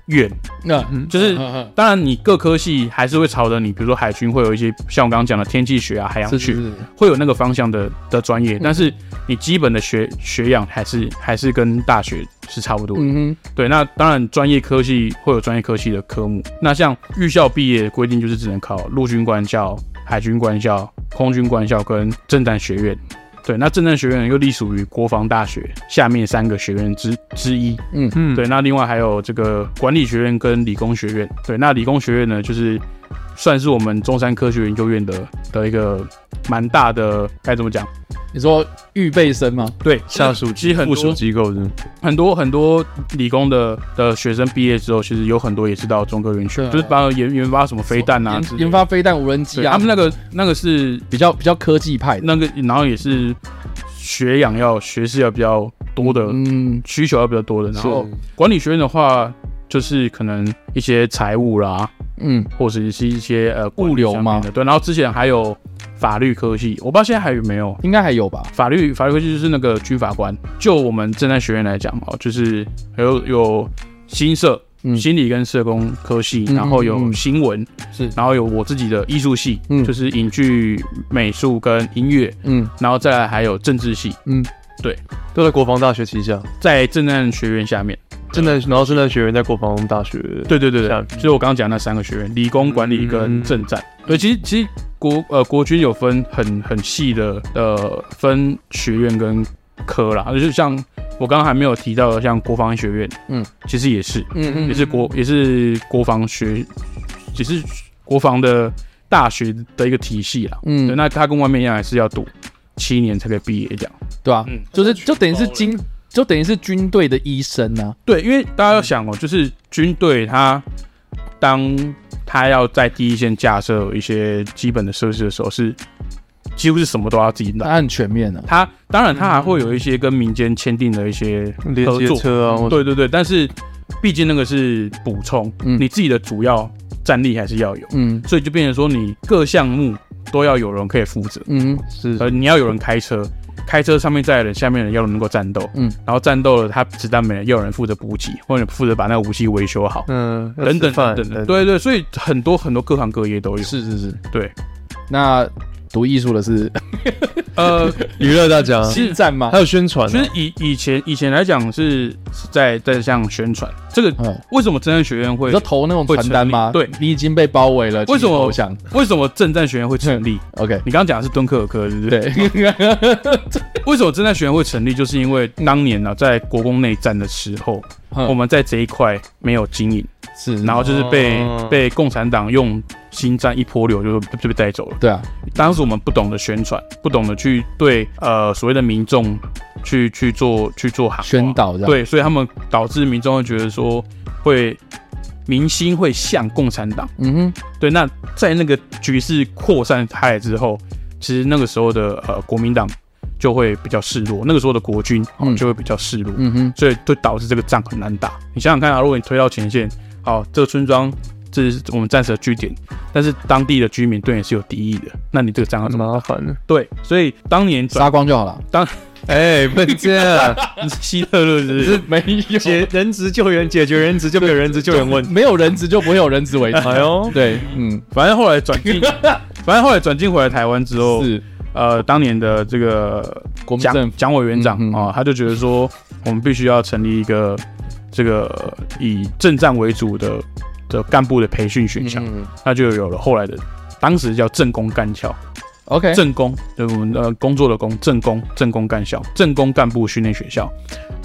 远，
那
就是。
嗯嗯
当然，你各科系还是会朝着你，比如说海军会有一些像我刚刚讲的天气学啊、海洋
是
学，
是嗯是
会有那个方向的的专业，但是你基本的学学养还是还是跟大学是差不多的。
嗯哼
对，那当然专业科系会有专业科系的科目。那像预校毕业规定就是只能考陆军官校、海军官校、空军官校跟政战学院。对，那政战学院又隶属于国防大学下面三个学院之之一。
嗯
嗯
对，那另外还有这个管理学院跟理工学院。对，那理工学院呢，就是算是我们中山科学研究院的的一个蛮大的该怎么讲？
你说预备生吗？
对，
下属
其实很
附属
多
机构是不是
很多很多理工的的学生毕业之后，其实有很多也是到中科院去
对啊，
就是把研研发什么飞弹啊
研
之类的，
研发飞弹、无人
对
机啊，
他们那个那个是
比较比较科技派的，
那个，然后也是学养要学士要比较多的，
嗯，
需求要比较多的。然后管理学院的话，就是可能一些财务啦，
嗯，
或者是一些呃管理
物流
上面
吗
的对，然后之前还有法律科系，我不知道现在还有没有。
应该还有吧？
法律法律科技就是那个军法官，就我们正在学院来讲哦，就是有有新社、
嗯
心理跟社工科系，
嗯
然后
嗯
有
嗯
新闻，
是
然后有我自己的艺术系，
嗯
就是影剧、美术跟音乐，
嗯
然后再来还有政治系，
嗯，
都在国防大学旗下，
在正南学院下面。
正南，然后正南学院在国防大学，
对对对
下
对，就是我刚刚讲那三个学院：理工、管理跟政战。对，其实其实国呃国军有分很很细的呃分学院跟科啦，就是像我刚刚还没有提到的，像国防学院，
嗯，
其实也是
嗯嗯，
也是国也是国防学，也是国防的大学的一个体系啦。
嗯
对，那他跟外面一样，还是要读七年才可以毕业这样。
对吧、啊
嗯
就是就等于是军，就等于是军队的医生啊，
对，因为大家要想哦，就是军队他当他要在第一线架设一些基本的设施的时候，是几乎是什么都要自己来。
他很全面啊的、
他当然他还会有一些跟民间签订的一些
连
合
接
作，
车啊，或者
对对对，但是毕竟那个是补充，
嗯
你自己的主要战力还是要有，
嗯
所以就变成说你各项目都要有人可以负责。
嗯
是
呃，你要有人开车，开车上面载人，下面的人要能够战斗，
嗯
嗯，然后战斗了，他子弹没了，要有人负责补给，或者负责把那个武器维修好，
嗯，要
等等
吃饭
等等的，，对对，所以很多很多各行各业都有，
是是是，
对，
那读艺术的是
呃，
娱乐大家，
新战吗
还？有宣传啊，
其实以以前以前来讲是是在在像宣传这个，
嗯，
为什么真正学院
你
会
说，投那种传单吗？
会成立
你已经被包围了，
为什么
我想
为什么正战学院会成 立？
？OK，
你刚刚讲的是敦刻尔克，对不对？
对，
为什么正战学院会成立？就是因为当年呢、啊在国共内战的时候，
嗯
我们在这一块没有经营。
是，
然后就是被、
哦
被共产党用新战一波流就就被带走了。
对啊，
当时我们不懂得宣传，不懂得去对呃所谓的民众去去做去做喊话
宣，导这样，，
对，所以他们导致民众会觉得说会民心会向共产党。
嗯哼，
对，那在那个局势扩散开来之后，其实那个时候的呃国民党就会比较示弱，那个时候的国军、哦
嗯
就会比较示弱。
嗯哼，
所以就导致这个仗很难打。你想想看啊，如果你推到前线，好，这个村庄这是我们暂时的据点，但是当地的居民对你是有敌意的，那你这个仗要
很
嗯
怎么？
麻烦的，
对，所以当年转
杀光就好了。
哎，不能这
啊
样，
希特勒是不是
没有
解人质救援，解决人质就没有人质救援问题，
没有人质就不会有人质 为质。
哎呦，
对，嗯，
反正后来转 进，反正后来转进回来台湾之后，
是嗯
呃，当年的这个
国民政
蒋
府，
蒋委员长啊、
嗯嗯
哦他就觉得说，我们必须要成立一个这个以政战为主的的干部的培训学校，
嗯
那就有了后来的，当时叫政工干校。
，OK，
正工，对我们呃工作的工，正工，正工干校，正工干部训练学校。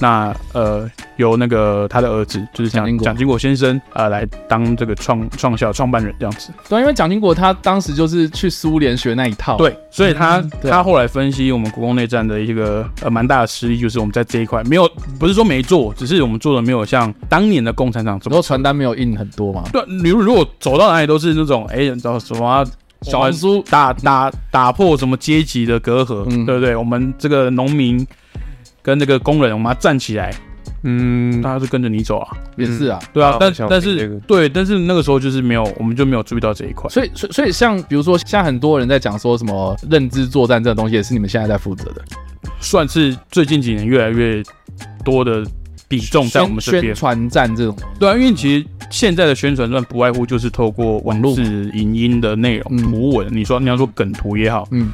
那呃，由那个他的儿子，就是
蒋经
蒋
国
蒋经国先生啊、呃来当这个创创校创办人这样子。
对，因为蒋经国他当时就是去苏联学那一套，，
对，所以他、
哦嗯对啊
他后来分析我们国共内战的一个呃蛮大的失利，就是我们在这一块没有，不是说没做，只是我们做的没有像当年的共产党这
然
么
后。传单没有印很多嘛，
对，你如果走到哪里都是那种哎，你知道什么啊
小红书
打打打破什么阶级的隔阂，
嗯
对不对？我们这个农民跟这个工人，我们要站起来，
嗯，
大家就跟着你走啊，
也是啊。
对啊
啊。
但
我想
但
这个
是对，但是那个时候就是没有，我们就没有注意到这一块。
所以，所以所以像比如说，像很多人在讲说什么认知作战这种东西，也是你们现在在负责的，
算是最近几年越来越多的比重在我们这
宣
边
宣。传战这种东西。
对啊，因为其实现在的宣传段不外乎就是透过网络、影音的内容、
嗯
图文，你说你要说梗图也好，
嗯，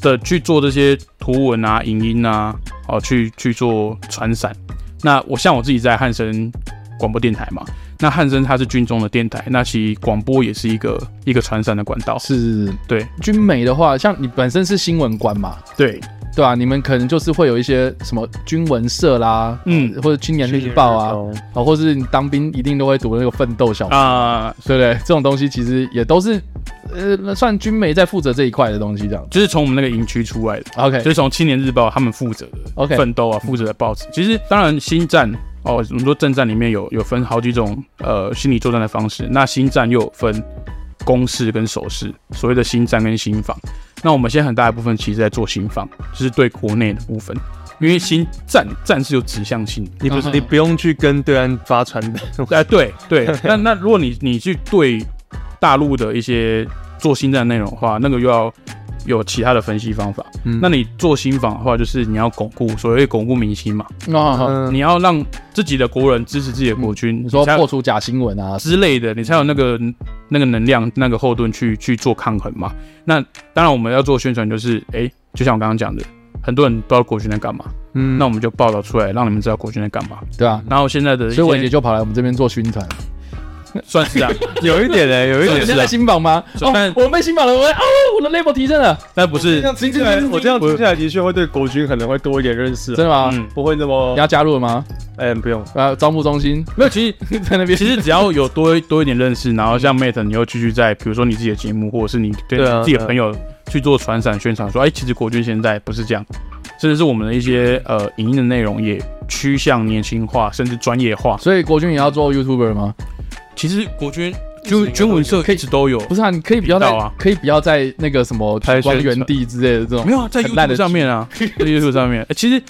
的去做这些图文啊、影音啊，哦，去去做传散。那我像我自己在汉森广播电台嘛，那汉森它是军中的电台，那其实广播也是一个一个传散的管道。
是
对
军媒的话，像你本身是新闻官嘛，
对，
对啊，你们可能就是会有一些什么军文社啦，
嗯
或者青年日报啊，哦，或是你当兵一定都会读那个奋斗小说，
啊、
对不对？这种东西其实也都是，呃，那算军媒在负责这一块的东西这样。
就是从我们那个营区出来的，
OK，
就是从青年日报他们负责的
OK
奋斗啊，负责的报纸。其实当然新站哦，我们说正战里面有有分好几种呃心理作战的方式，那新战又有分公式跟手势，所谓的新战跟新防。那我们现在很大一部分其实在做新防，就是对国内的部分，因为新战战是有指向性的。
你不是
嗯
你不用去跟对岸发传单，
哎，对对，那那如果你你去对大陆的一些做新站内容的话，那个又要有其他的分析方法。
嗯
那你做新房的话，就是你要巩固所谓巩固民心嘛，
哦，
嗯
你要让自己的国人支持自己的国军，
嗯你说
你才有
破除假新闻啊，
之类的，你才有那个那个能量、那个后盾去去做抗衡嘛。那当然我们要做宣传，就是哎、就像我刚刚讲的，很多人不知道国军在干嘛，
嗯
那我们就报道出来，让你们知道国军在干嘛。
对啊，
然后现在的一
所以伟杰
些
就跑来我们这边做宣传。
算是啊，
有一点欸嘞，有一
你
点
现在新榜吗？
是啊
哦
但，
我被新榜了，我哦，我的 level 提升了，
但不是啊
听起来，我这样听起来的确会对国军可能会多一点认识啊，
真的吗？
嗯
不会那么
你要加入了吗？
嗯不用，
啊，招募 中心
没有，其实
在那 边
其实只要有多多一点认识，然后像 Mate，你又继续在比如说你自己的节目，或者是你对
对啊
自己的朋友去做传散宣传，说哎，其实国军现在不是这样，甚至是我们的一些呃影音的内容也趋向年轻化，甚至专业化。
所以国军也要做 YouTuber 吗？
其实国军军军文社一直都有，
不是啊，你可以不要在
频道啊
可以不要在那个什么
拍宣
光
传
原地之类的这种
没。有啊，在
很烂的
YouTube 上面啊， 在 YouTube 上面，哎其实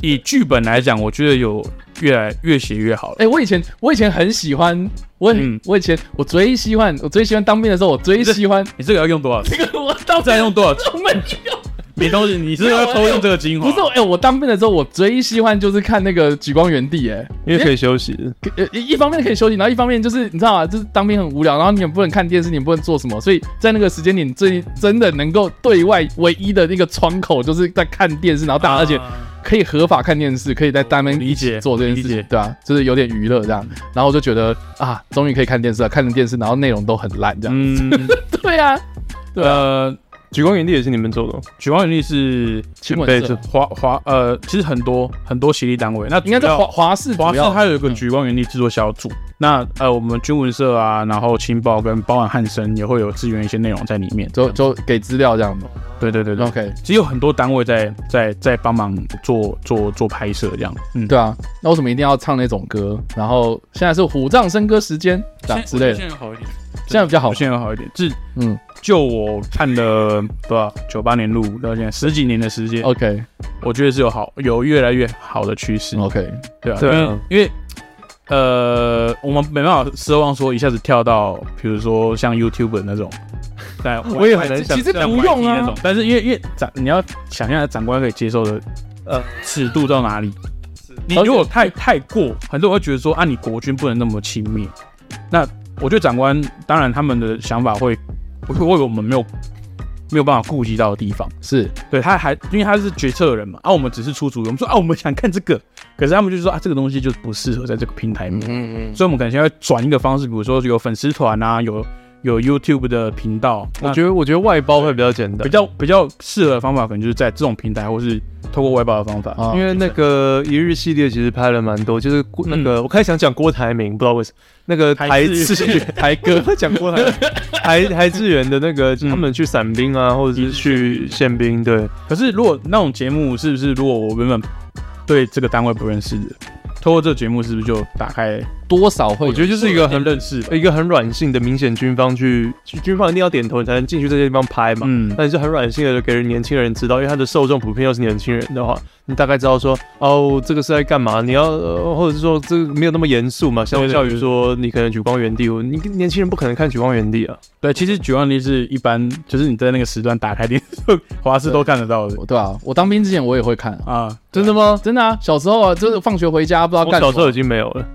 以剧本来讲，我觉得有越来越写越好了。
哎，我以前我以前很喜欢，我
嗯
我以前我最喜欢我最喜欢当兵的时候，我最喜欢
你这个要用多少次？
这个 我到
再用多少次？
我没有。
你东西，你是不是要偷用这个精华？
不是，哎、我当兵的时候，我最喜欢就是看那个《举光原地》，哎，
因为可以休息。
呃，一一方面可以休息，然后一方面就是你知道吗？就是当兵很无聊，然后你也不能看电视，你也不能做什么，所以在那个时间点，最真的能够对外唯一的那个窗口，就是在看电视，然
啊
后大家、而且可以合法看电视，可以在单边
理解
做这件事
理
情
解，嗯
对啊，就是有点娱乐这样。然后我就觉得啊，终于可以看电视了，看着电视，然后内容都很烂这样。
嗯，
对啊，
呃，
举光原地也是你们做的哦，
举光原力是
新闻社
华华呃，其实很多很多协力单位，那
应该在
主
华
要
华视主
华视
要，嗯
它有一个举光原力制作小组，那呃，我们军文社啊，然后情报跟包含汉森也会有支援一些内容在里面。
就就给资料这样子。
对对对对，
OK，
其实有很多单位在在在帮忙做做做拍摄这样。嗯，
对啊，那为什么一定要唱那种歌？然后现在是虎杖笙歌时间，这样之类的，
在好一点，
现在比较好
好，。现在好一点。至
嗯
就我看了不九八年录到现在十几年的时间，
，OK 嗯
我觉得是有好有越来越好的趋势。
OK，
对啊，
对啊
因为因为呃，我们没办法奢望说一下子跳到，比如说像 YouTube 那种， 但
我也很难想
其实
象
不用
那
啊
种，，但是因为因为长你要想象长官可以接受的
呃
尺度到哪里，你
而且
如果太太过，很多人会觉得说啊，你国军不能那么轻蔑。那我觉得长官当然他们的想法会会会有我们没有没有办法顾及到的地方。
是
对，他还因为他是决策人嘛，啊，我们只是出主意，我们说啊，我们想看这个，可是他们就说啊，这个东西就不适合在这个平台面，
嗯嗯，
所以我们可能现在转一个方式，比如说有粉丝团啊，有有 YouTube 的频道，
我
那
觉得我觉得外包会比较简单
比。较比较适合的方法，可能就是在这种平台，或是透过外包的方法，
啊
因为那个一日系列其实拍了蛮多，就是郭那个、我开始想讲郭台铭，不知道为什么那个
嗯台
台
志
志 远台哥会讲郭台铭台台志远的那个
嗯
他们去伞兵啊，或者是去宪兵，对，
可是如果那种节目是不是，如果我原本对这个单位不认识的，透过这个节目是不是就打开？
多少会有，
我觉得就是一个很
认识吧，
一个很软性的，明显军方去去军方一定要点头你才能进去这些地方拍嘛，
嗯，
但是很软性的给人年轻人知道，因为他的受众普遍又是年轻人的话，你大概知道说哦，这个是在干嘛？你要、呃或者是说这个没有那么严肃嘛，相
对对
较于
对
说你可能举光原地，你年轻人不可能看举光原地啊。
对，其实举万例是一般，就是你在那个时段打开电视，华视都看得到的
对啊，我当兵之前我也会看啊，
啊。
真的吗？真的啊，小时候啊，就是放学回家不知道
我
干什
小
么，
时候已经没有了。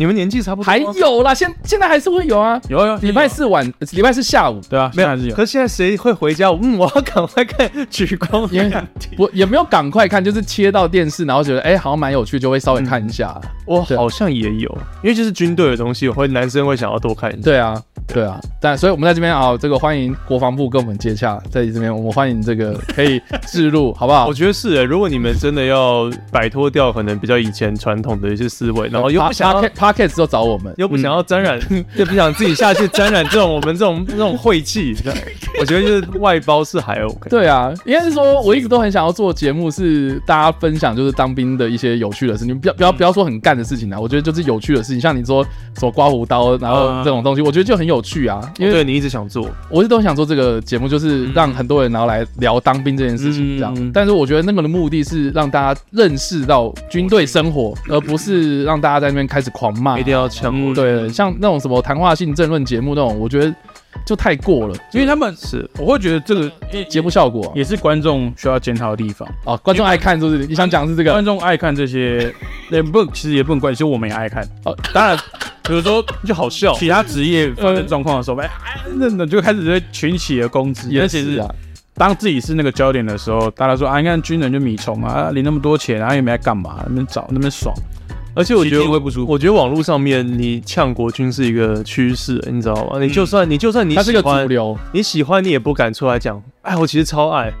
你们年纪差不多吗，
还有啦，现现在还是会有啊，
有有
礼拜四晚，礼拜四下午，
对啊，现
没
在还是有。
可是现在谁会回家？嗯，我要赶快看《举光
因为
原地》。
我也没有赶快看，就是切到电视，然后觉得哎、好像蛮有趣，就会稍微看一下。
我
对
好像也有，因为就是军队的东西，我会男生会想要多看一下。
对啊，对啊，但所以我们在这边啊，这个欢迎国防部跟我们接洽，在这边我们欢迎这个可以置入，好不好
我？觉得是诶，如果你们真的要摆脱掉可能比较以前传统的一些思 维，然后又不想
p
要
o。c k e t 都找我们，
又不想要沾染，
嗯
又不想自己下去沾染这种我们这种这种 晦气，我觉得就是外包是还 OK。
对啊，应该是说，我一直都很想要做节目，是大家分享就是当兵的一些有趣的事情，不要不要不要说很干的事情啊，我觉得就是有趣的事情，像你说什么刮胡刀，然后
嗯
这种东西，我觉得就很有趣啊，因为
啊哦对你一直想做，
我一直都很想做这个节目，就是让很多人然后来聊当兵这件事情这样，
嗯
但是我觉得那个的目的是让大家认识到军队生活，而不是让大家在那边开始狂骂
一，定要强
嗯
迫。
对，像那种什么谈话性政论节目那种，我觉得就太过了，
因为他们
是
我会觉得这个
节目效果啊
也是观众需要检讨的地方。
哦，观众爱看是不是？你想讲的是这个？
观众爱看这些， 也不其实也不能怪，其实我们也爱看。
哦
哦，当然，比如说
就好笑，
其他职业发生状况的时候，哎、那那就开始在群起而攻之。
也
但其
是
实
啊，
当自己是那个焦点的时候，大家说啊，你看军人就米虫嘛啊，领那么多钱，然后也没来干嘛，那边找那边爽，
而且我觉
心
得
情会不舒服。
我觉得网络上面你呛国军是一个趋势，你知道吗？你就算、你就算你
它是
喜
个主
欢，
流，
啊
你喜欢你也不敢出来讲，哎，我其实超爱，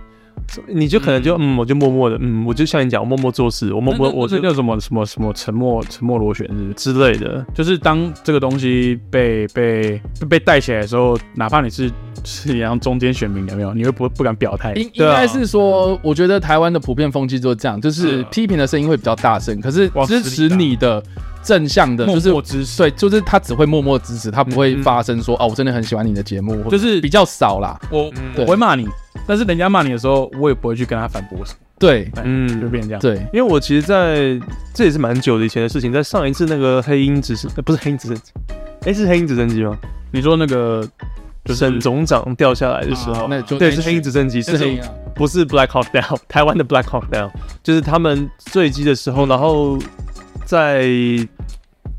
你就可能就嗯我就默默的，嗯，我就像你讲，我默默做事，我默默
我
我
我这
就
叫什么什么什么沉默沉默螺旋是不是？
之类的，
就是当这个东西被被被带起来的时候，哪怕你是是一样中间选民，有没有？你会不不敢表态？
应应
对啊
该是说，我觉得台湾的普遍风气就是这样，就是批评的声音会比较大声，可是
啊往死里
支持
打
你的正向的，就是
默默支持。
对，就是他只会默默支持，他不会
嗯嗯
发声说哦，我真的很喜欢你的节目，或
就
者
是
比较少啦。
我
嗯
对
我会骂你，但是人家骂你的时候，我也不会去跟他反驳什么，
对
嗯
哎就变成这样。
对，
因为我其实在，这也是蛮久的以前的事情，在上一次那个黑鹰直升，呃不是黑鹰直升机，哎、是黑鹰直升机吗？
你说那个就是啊
沈总长掉下来的时候，
那就
对，是黑啊鹰直升机，是
是
黑
黑啊
鹰，不是 Black Hawk Down，台 湾的 Black Hawk Down，就是他们坠机的时候，然后在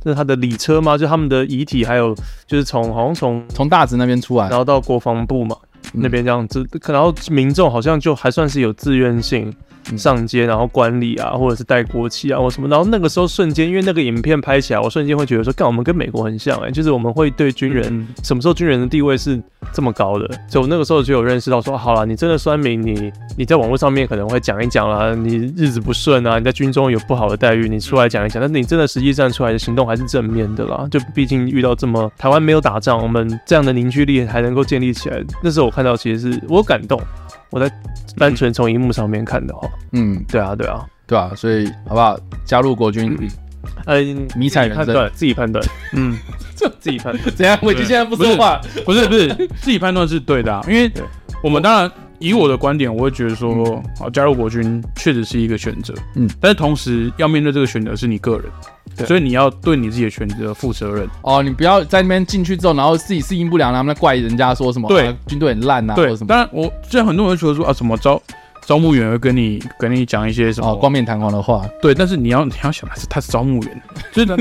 这是他的礼车吗？就他们的遗体，还有就是从好像从
从大直那边出来
然，后到国防部嘛
嗯
那边这样子，可然后民众好像就还算是有自愿性
嗯
上街，然后管理啊，或者是带国旗啊或什么。然后那个时候瞬间，因为那个影片拍起来，我瞬间会觉得说，干我们跟美国很像哎、就是我们会对军人、
嗯
什么时候军人的地位是这么高的？所以我那个时候就有认识到说，好了，你真的酸民，你你在网络上面可能会讲一讲啦，你日子不顺啊，你在军中有不好的待遇，你出来讲一讲，但是你真的实际站出来的行动还是正面的啦。就毕竟遇到这么台湾没有打仗，我们这样的凝聚力还能够建立起来，那时候我看到其实是我有感动，我在单纯从荧幕上面看到，
嗯，
对啊对啊，
对吧？所以好不好？加入国军，
嗯，
迷彩人
判
生，
断自己判断，嗯，自己判 断，
怎样？伟基现在不说话，
不是不是，自己判断是对的、啊，因为
对
我们当然以我的观点，我会觉得说，好加入国军确实是一个选择，
嗯
嗯，但是同时要面对这个选择是你个
对
人，所以你要对你自己的选择负责任。
哦，你不要在那边进去之后，然后自己适应不良，然后他们怪人家说什么
对
啊军队很烂啊，或者
对
什，么
当然我虽然很多人会觉得说啊，什么招招募员会跟你跟你讲一些什么、
哦，光面弹簧的话，
对，但是你要你要想，他是他是招募员，就是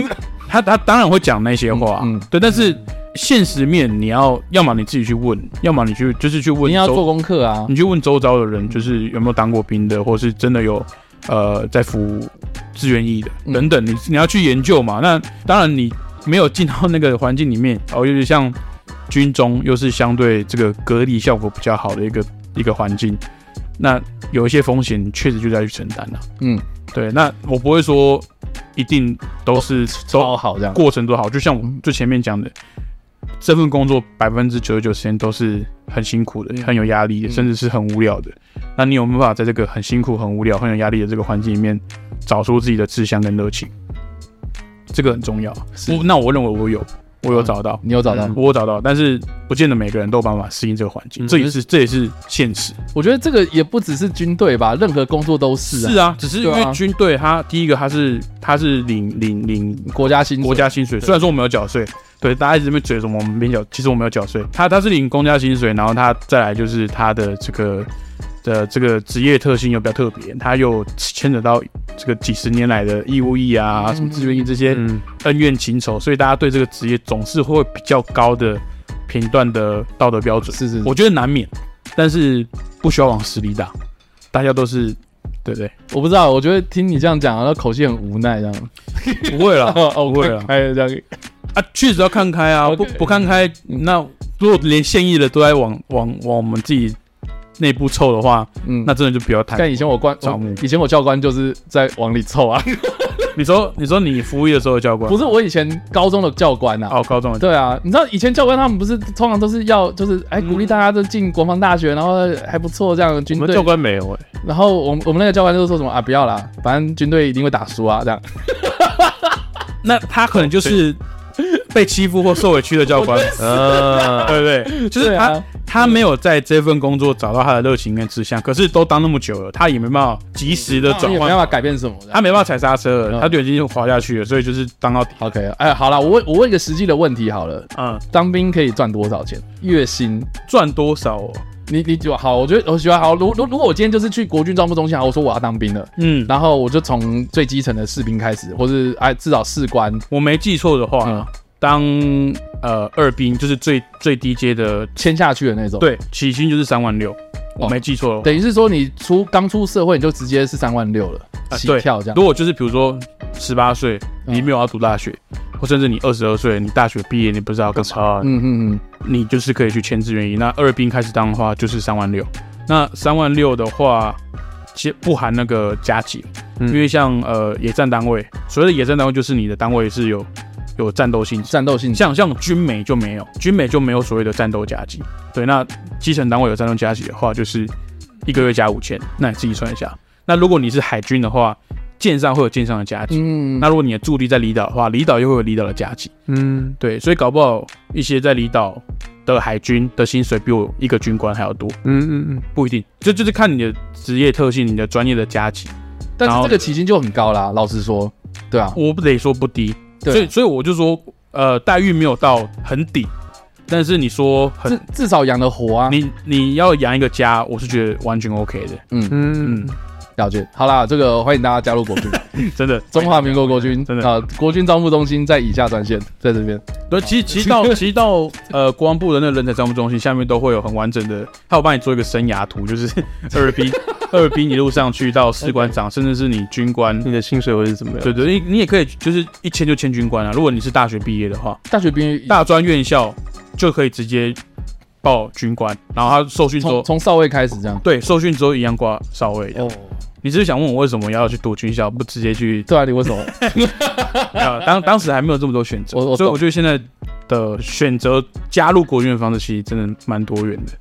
他他他当然会讲那些话，
嗯
嗯
嗯
对，但是现实面你要要么你自己去问，要么你去就是去问
你要
周
做功课啊，
你去问周遭的人，就是有没有当过兵的，或是真的有呃在服志愿役的
嗯
等等，你你要去研究嘛。那当然你没有进到那个环境里面，哦，尤其像军中又是相对这个隔离效果比较好的一个一个环境，那有一些风险确实就在去承担了、
嗯，
对，那我不会说一定都是
超
都
好这样。
过程都好，就像我最前面讲的，这份工作百分之九十九时间都是很辛苦的、很有压力的，
嗯
甚至是很无聊的。那你有没有办法在这个很辛苦、很无聊、很有压力的这个环境里面，找出自己的志向跟热情？这个很重要。我那我认为我有，我有找到，
你有找到？
我有找到，但是不见得每个人都有办法适应这个环境，
嗯
这也是这也是现实。
我觉得这个也不只是军队吧，任何工作都是啊。
是啊，只是因
对啊
为军队它第一个它是它是领领领
国家薪水啊
国家薪水，虽然说我们有缴税，对，大家一直在那边嘴什么我们没缴，其实我们有缴税。他他是领公家薪水，然后他再来就是他的这个的这个职业特性又比较特别，他又牵扯到这个几十年来的义务役啊、什么志愿役这些
嗯，
恩怨情仇，所以大家对这个职业总是会有比较高的评断的道德标准。
是是，
我
我
觉得难免，但是不需要往死里打，大家都是对不 对？
我不知道，我觉得听你这样讲，然后口气很无奈这样。
不会啦，
哦，
不会啦
还有这样，
啊，确实要看开啊，不
OK
不看开，那如果连现役的都在往往往我们自己内部凑的话，
嗯，
那真的就不要谈。
但以前我官
招募，
以前我教官就是在往里 凑啊，
你说你说你服役的时候的教官，
不是我以前高中的教官啊。
哦，高中的
对啊，你知道以前教官他们不是通常都是要就是哎
嗯
鼓励大家都进国防大学，然后还不错这样
我
军
们
队
教。官没有哎、
然后我们我们那个教官就是说什么啊不要啦，反正军队一定会打输啊这样。
那他可能就是
哦
被欺负或受委屈的教官，
啊，
对不对？ 就是
对
他、
啊
他没有在这份工作找到他的热情跟志向，可是都当那么久了，他也没办法及时的
你
转
也没办
换，
法改变什么的。
他没办法踩刹车了，
嗯
他就已经滑下去了，所以就是当到底。
OK，哎，好啦，我问我问一个实际的问题好了，
啊
嗯，
当兵可以赚多少钱？月薪？
赚多少、哦？
你你就好，我觉得我喜欢好。如如如果我今天就是去国军招募中心，好，我说我要当兵了，
嗯，
然后我就从最基层的士兵开始，或是哎至少士官，
我没记错的话，
嗯，
当呃二兵就是最最低阶的，
签下去的那种。，
对，起薪就是三万六，我
哦
没记错的话。
等于是说你出刚出社会你就直接是三万六了，
啊
起
对
跳这样。
如果就是比如说十八岁，
嗯
你没有要读大学，或甚至你二十二岁，你大学毕业，你不知道要干嘛，
差
嗯嗯嗯，
你就是可以去签志愿役。那二兵开始当的话，就是三万六。那三万六的话，其实不含那个加级，
嗯
因为像呃野战单位，所谓的野战单位就是你的单位是有有战斗性质。
战斗性
像像军美就没有，军美就没有所谓的战斗加级。对，那基层单位有战斗加级的话，就是一个月加五千，那你自己算一下。那如果你是海军的话，舰上会有舰上的加级。
嗯，
那如果你的驻地在离岛的话，离岛又会有离岛的加级。
嗯，
对，所以搞不好一些在离岛的海军的薪水比我一个军官还要多，
嗯嗯嗯，
不一定。这就是看你的职业特性、你的专业的加级。
但
然
是
后
这个起薪就很高啦，老实说，对啊，
我不得说不低，
对啊
所以所以我就说，呃，待遇没有到很底，但是你说很
至至少养得活啊。
你你要养一个家，我是觉得完全 OK 的，
嗯
嗯，
了解，好啦，这个欢迎大家加入国 军，
真的。
中华民国国军，
真的
啊，国军招募中心在以下专线，在这边。
对，其实其 实到其实到呃国防部的那个人才招募中心下面都会有很完整的，他有帮你做一个生涯图，就是 二兵二兵一路上去到士官长，甚至是你军官。
嗯
你的薪水会是怎么样？
对对，你你也可以就是一签就签军官啊，如果你是大学毕业的话，
大学毕业
大专院校就可以直接报军官，然后他受训之
从
后。
从少尉开始这样。
对，受训之后一样挂少尉的。
哦，
你是不是想问我为什么要去读军校，不直接去
对啊，你 为什么？
啊，当当时还没有这么多选择，
我我懂
所以我觉得现在的选择加入国军的方式，其实真的蛮多元的。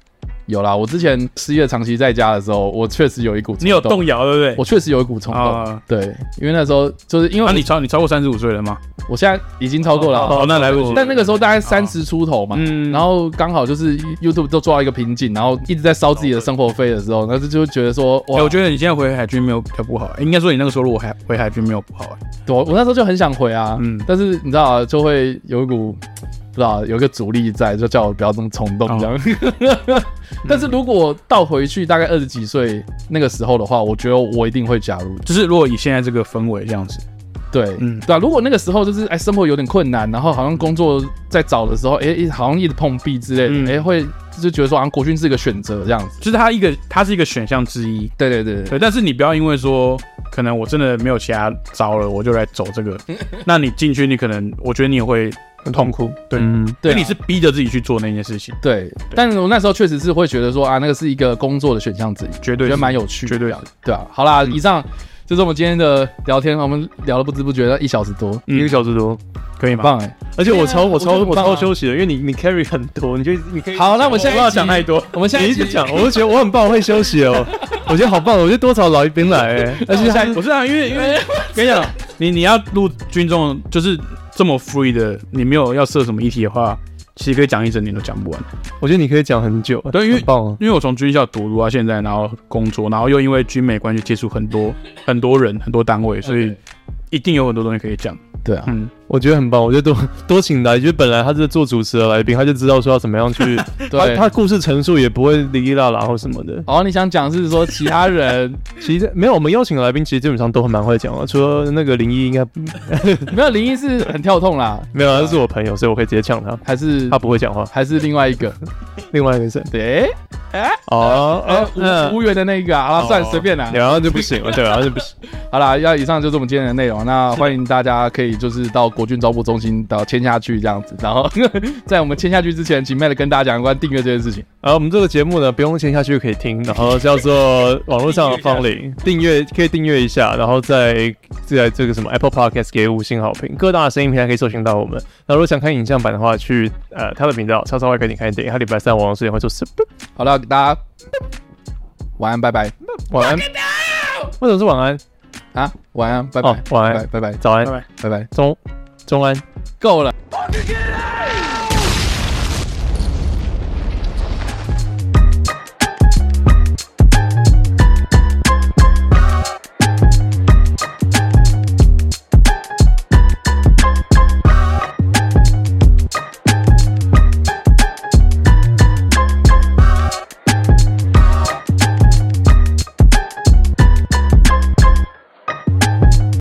有啦，我之前失业长期在家的时候，我确实有一股
你有
动，
动摇，对不
我确实有一股冲
对？
动。
啊，
对，因为那时候就是因
那
为
你超你超过三十五岁了吗？
我现在已经超过了啊，
哦，那来不及。
但那个时候大概三
哦
十出头嘛，
嗯
然后刚好就是 YouTube 都做到一个瓶颈，然后一直在烧自己的生活费的时候，那就就觉得说，
哎，
哇，
我觉得你现在回海军没有比较不好，欸应该说你那个时候如果还回海军没有不好，欸
我我那时候就很想回啊，
嗯
但是你知道、啊，就会有一股不知道有一个阻力在，就叫我不要这么冲动这样。但是如果倒回去大概二十几岁那个时候的话，我觉得我一定会加入的。
就是如果以现在这个氛围这样子，
对，
嗯
对啊。如果那个时候就是哎生活有点困难，然后好像工作在找的时候，哎、一好像一直碰壁之类
嗯
的，哎、会就觉得说好像啊国军是一个选择这样子。
就是它一个它是一个选项之一，
对对对对，
对。但是你不要因为说可能我真的没有其他招了，我就来走这 个，那你进去你可能我觉得你也会
很痛苦。
对
嗯
因
对啊
哎为你是逼着自己去做那件事情，
对，但是我那时候确实是会觉得说啊，那个是一个工作的选项之一，
绝对
觉
是
得蛮有趣的，
绝对
这
是
样对啊。好
嗯
啦，以上就是我们今天的聊天，我们聊了不知不觉的一小时多，
嗯
一个小时多，
可以
很
吗？
棒哎、
而且我
对
超
啊
我超
我觉得很
我
棒啊
超休息的，因为你你 carry 很多，你就你可以
好，那我们下
我
一
不
集
要讲太 多，
我们下
你
一
一
集
直讲，我就觉得我很棒，我会休息 哦，我觉得好棒，我觉得多少老一兵来哎，而
而
且
且
还
还不是啊，因为因 为跟你讲，你你要录军中就是这么 free 的，你没有要设什么议题的话，其实可以讲一整年都讲不完。
我觉得你可以讲很久，
对因为
很棒哦，
因为我从军校读读到现在，然后工作，然后又因为军美关系接触很多很多人、很多单位，所以一定有很多东西可以讲。
对啊，
嗯，
我觉得很棒，我觉得多多请来，就是本来他是做主持的来宾，他就知道说要怎么样 去，他
对。
他故事陈述也不会哩哩啦啦或什么的。
哦，你想讲是说其他人
其实没有，我们邀请的来宾其实基本上都很蛮会讲的，除了那个林一应该
没有林一是很跳痛啦，
没有，他是我朋友，所以我可以直接呛他，
还是
他不会讲话。
还是另外一 个？
另外一个是
对，
哦，
哎
哦，
无
嗯，
无缘的那个啊，好了，算了
哦
随便啦。
然后就不行了，对，然后就不行。
好啦，要以上就是我们今天的内容。那欢迎大家可以就是到国军招募中心到签下去这样子。然后 在我们签下去之前，请 Matt 跟大家讲有关订阅这件事情。
然后我们这个节目呢，不用签下去就可以听，然后叫做网络上的芳龄，订阅可以订阅一下，然后在在这个什么 Apple Podcast 给五星好评，各大声音平台可以搜寻到我们。那如果想看影像版的话，去呃他的频道叉叉 Y 可以看一点，他礼拜三晚上十点会做什么？
好了，大家晚安，拜拜
晚安。为什么是晚安？
啊，晚安，拜
哦
拜，，
晚
拜拜
安，
拜拜，
早安
拜，拜
拜拜，
中中安。
够了。
Fucking get out!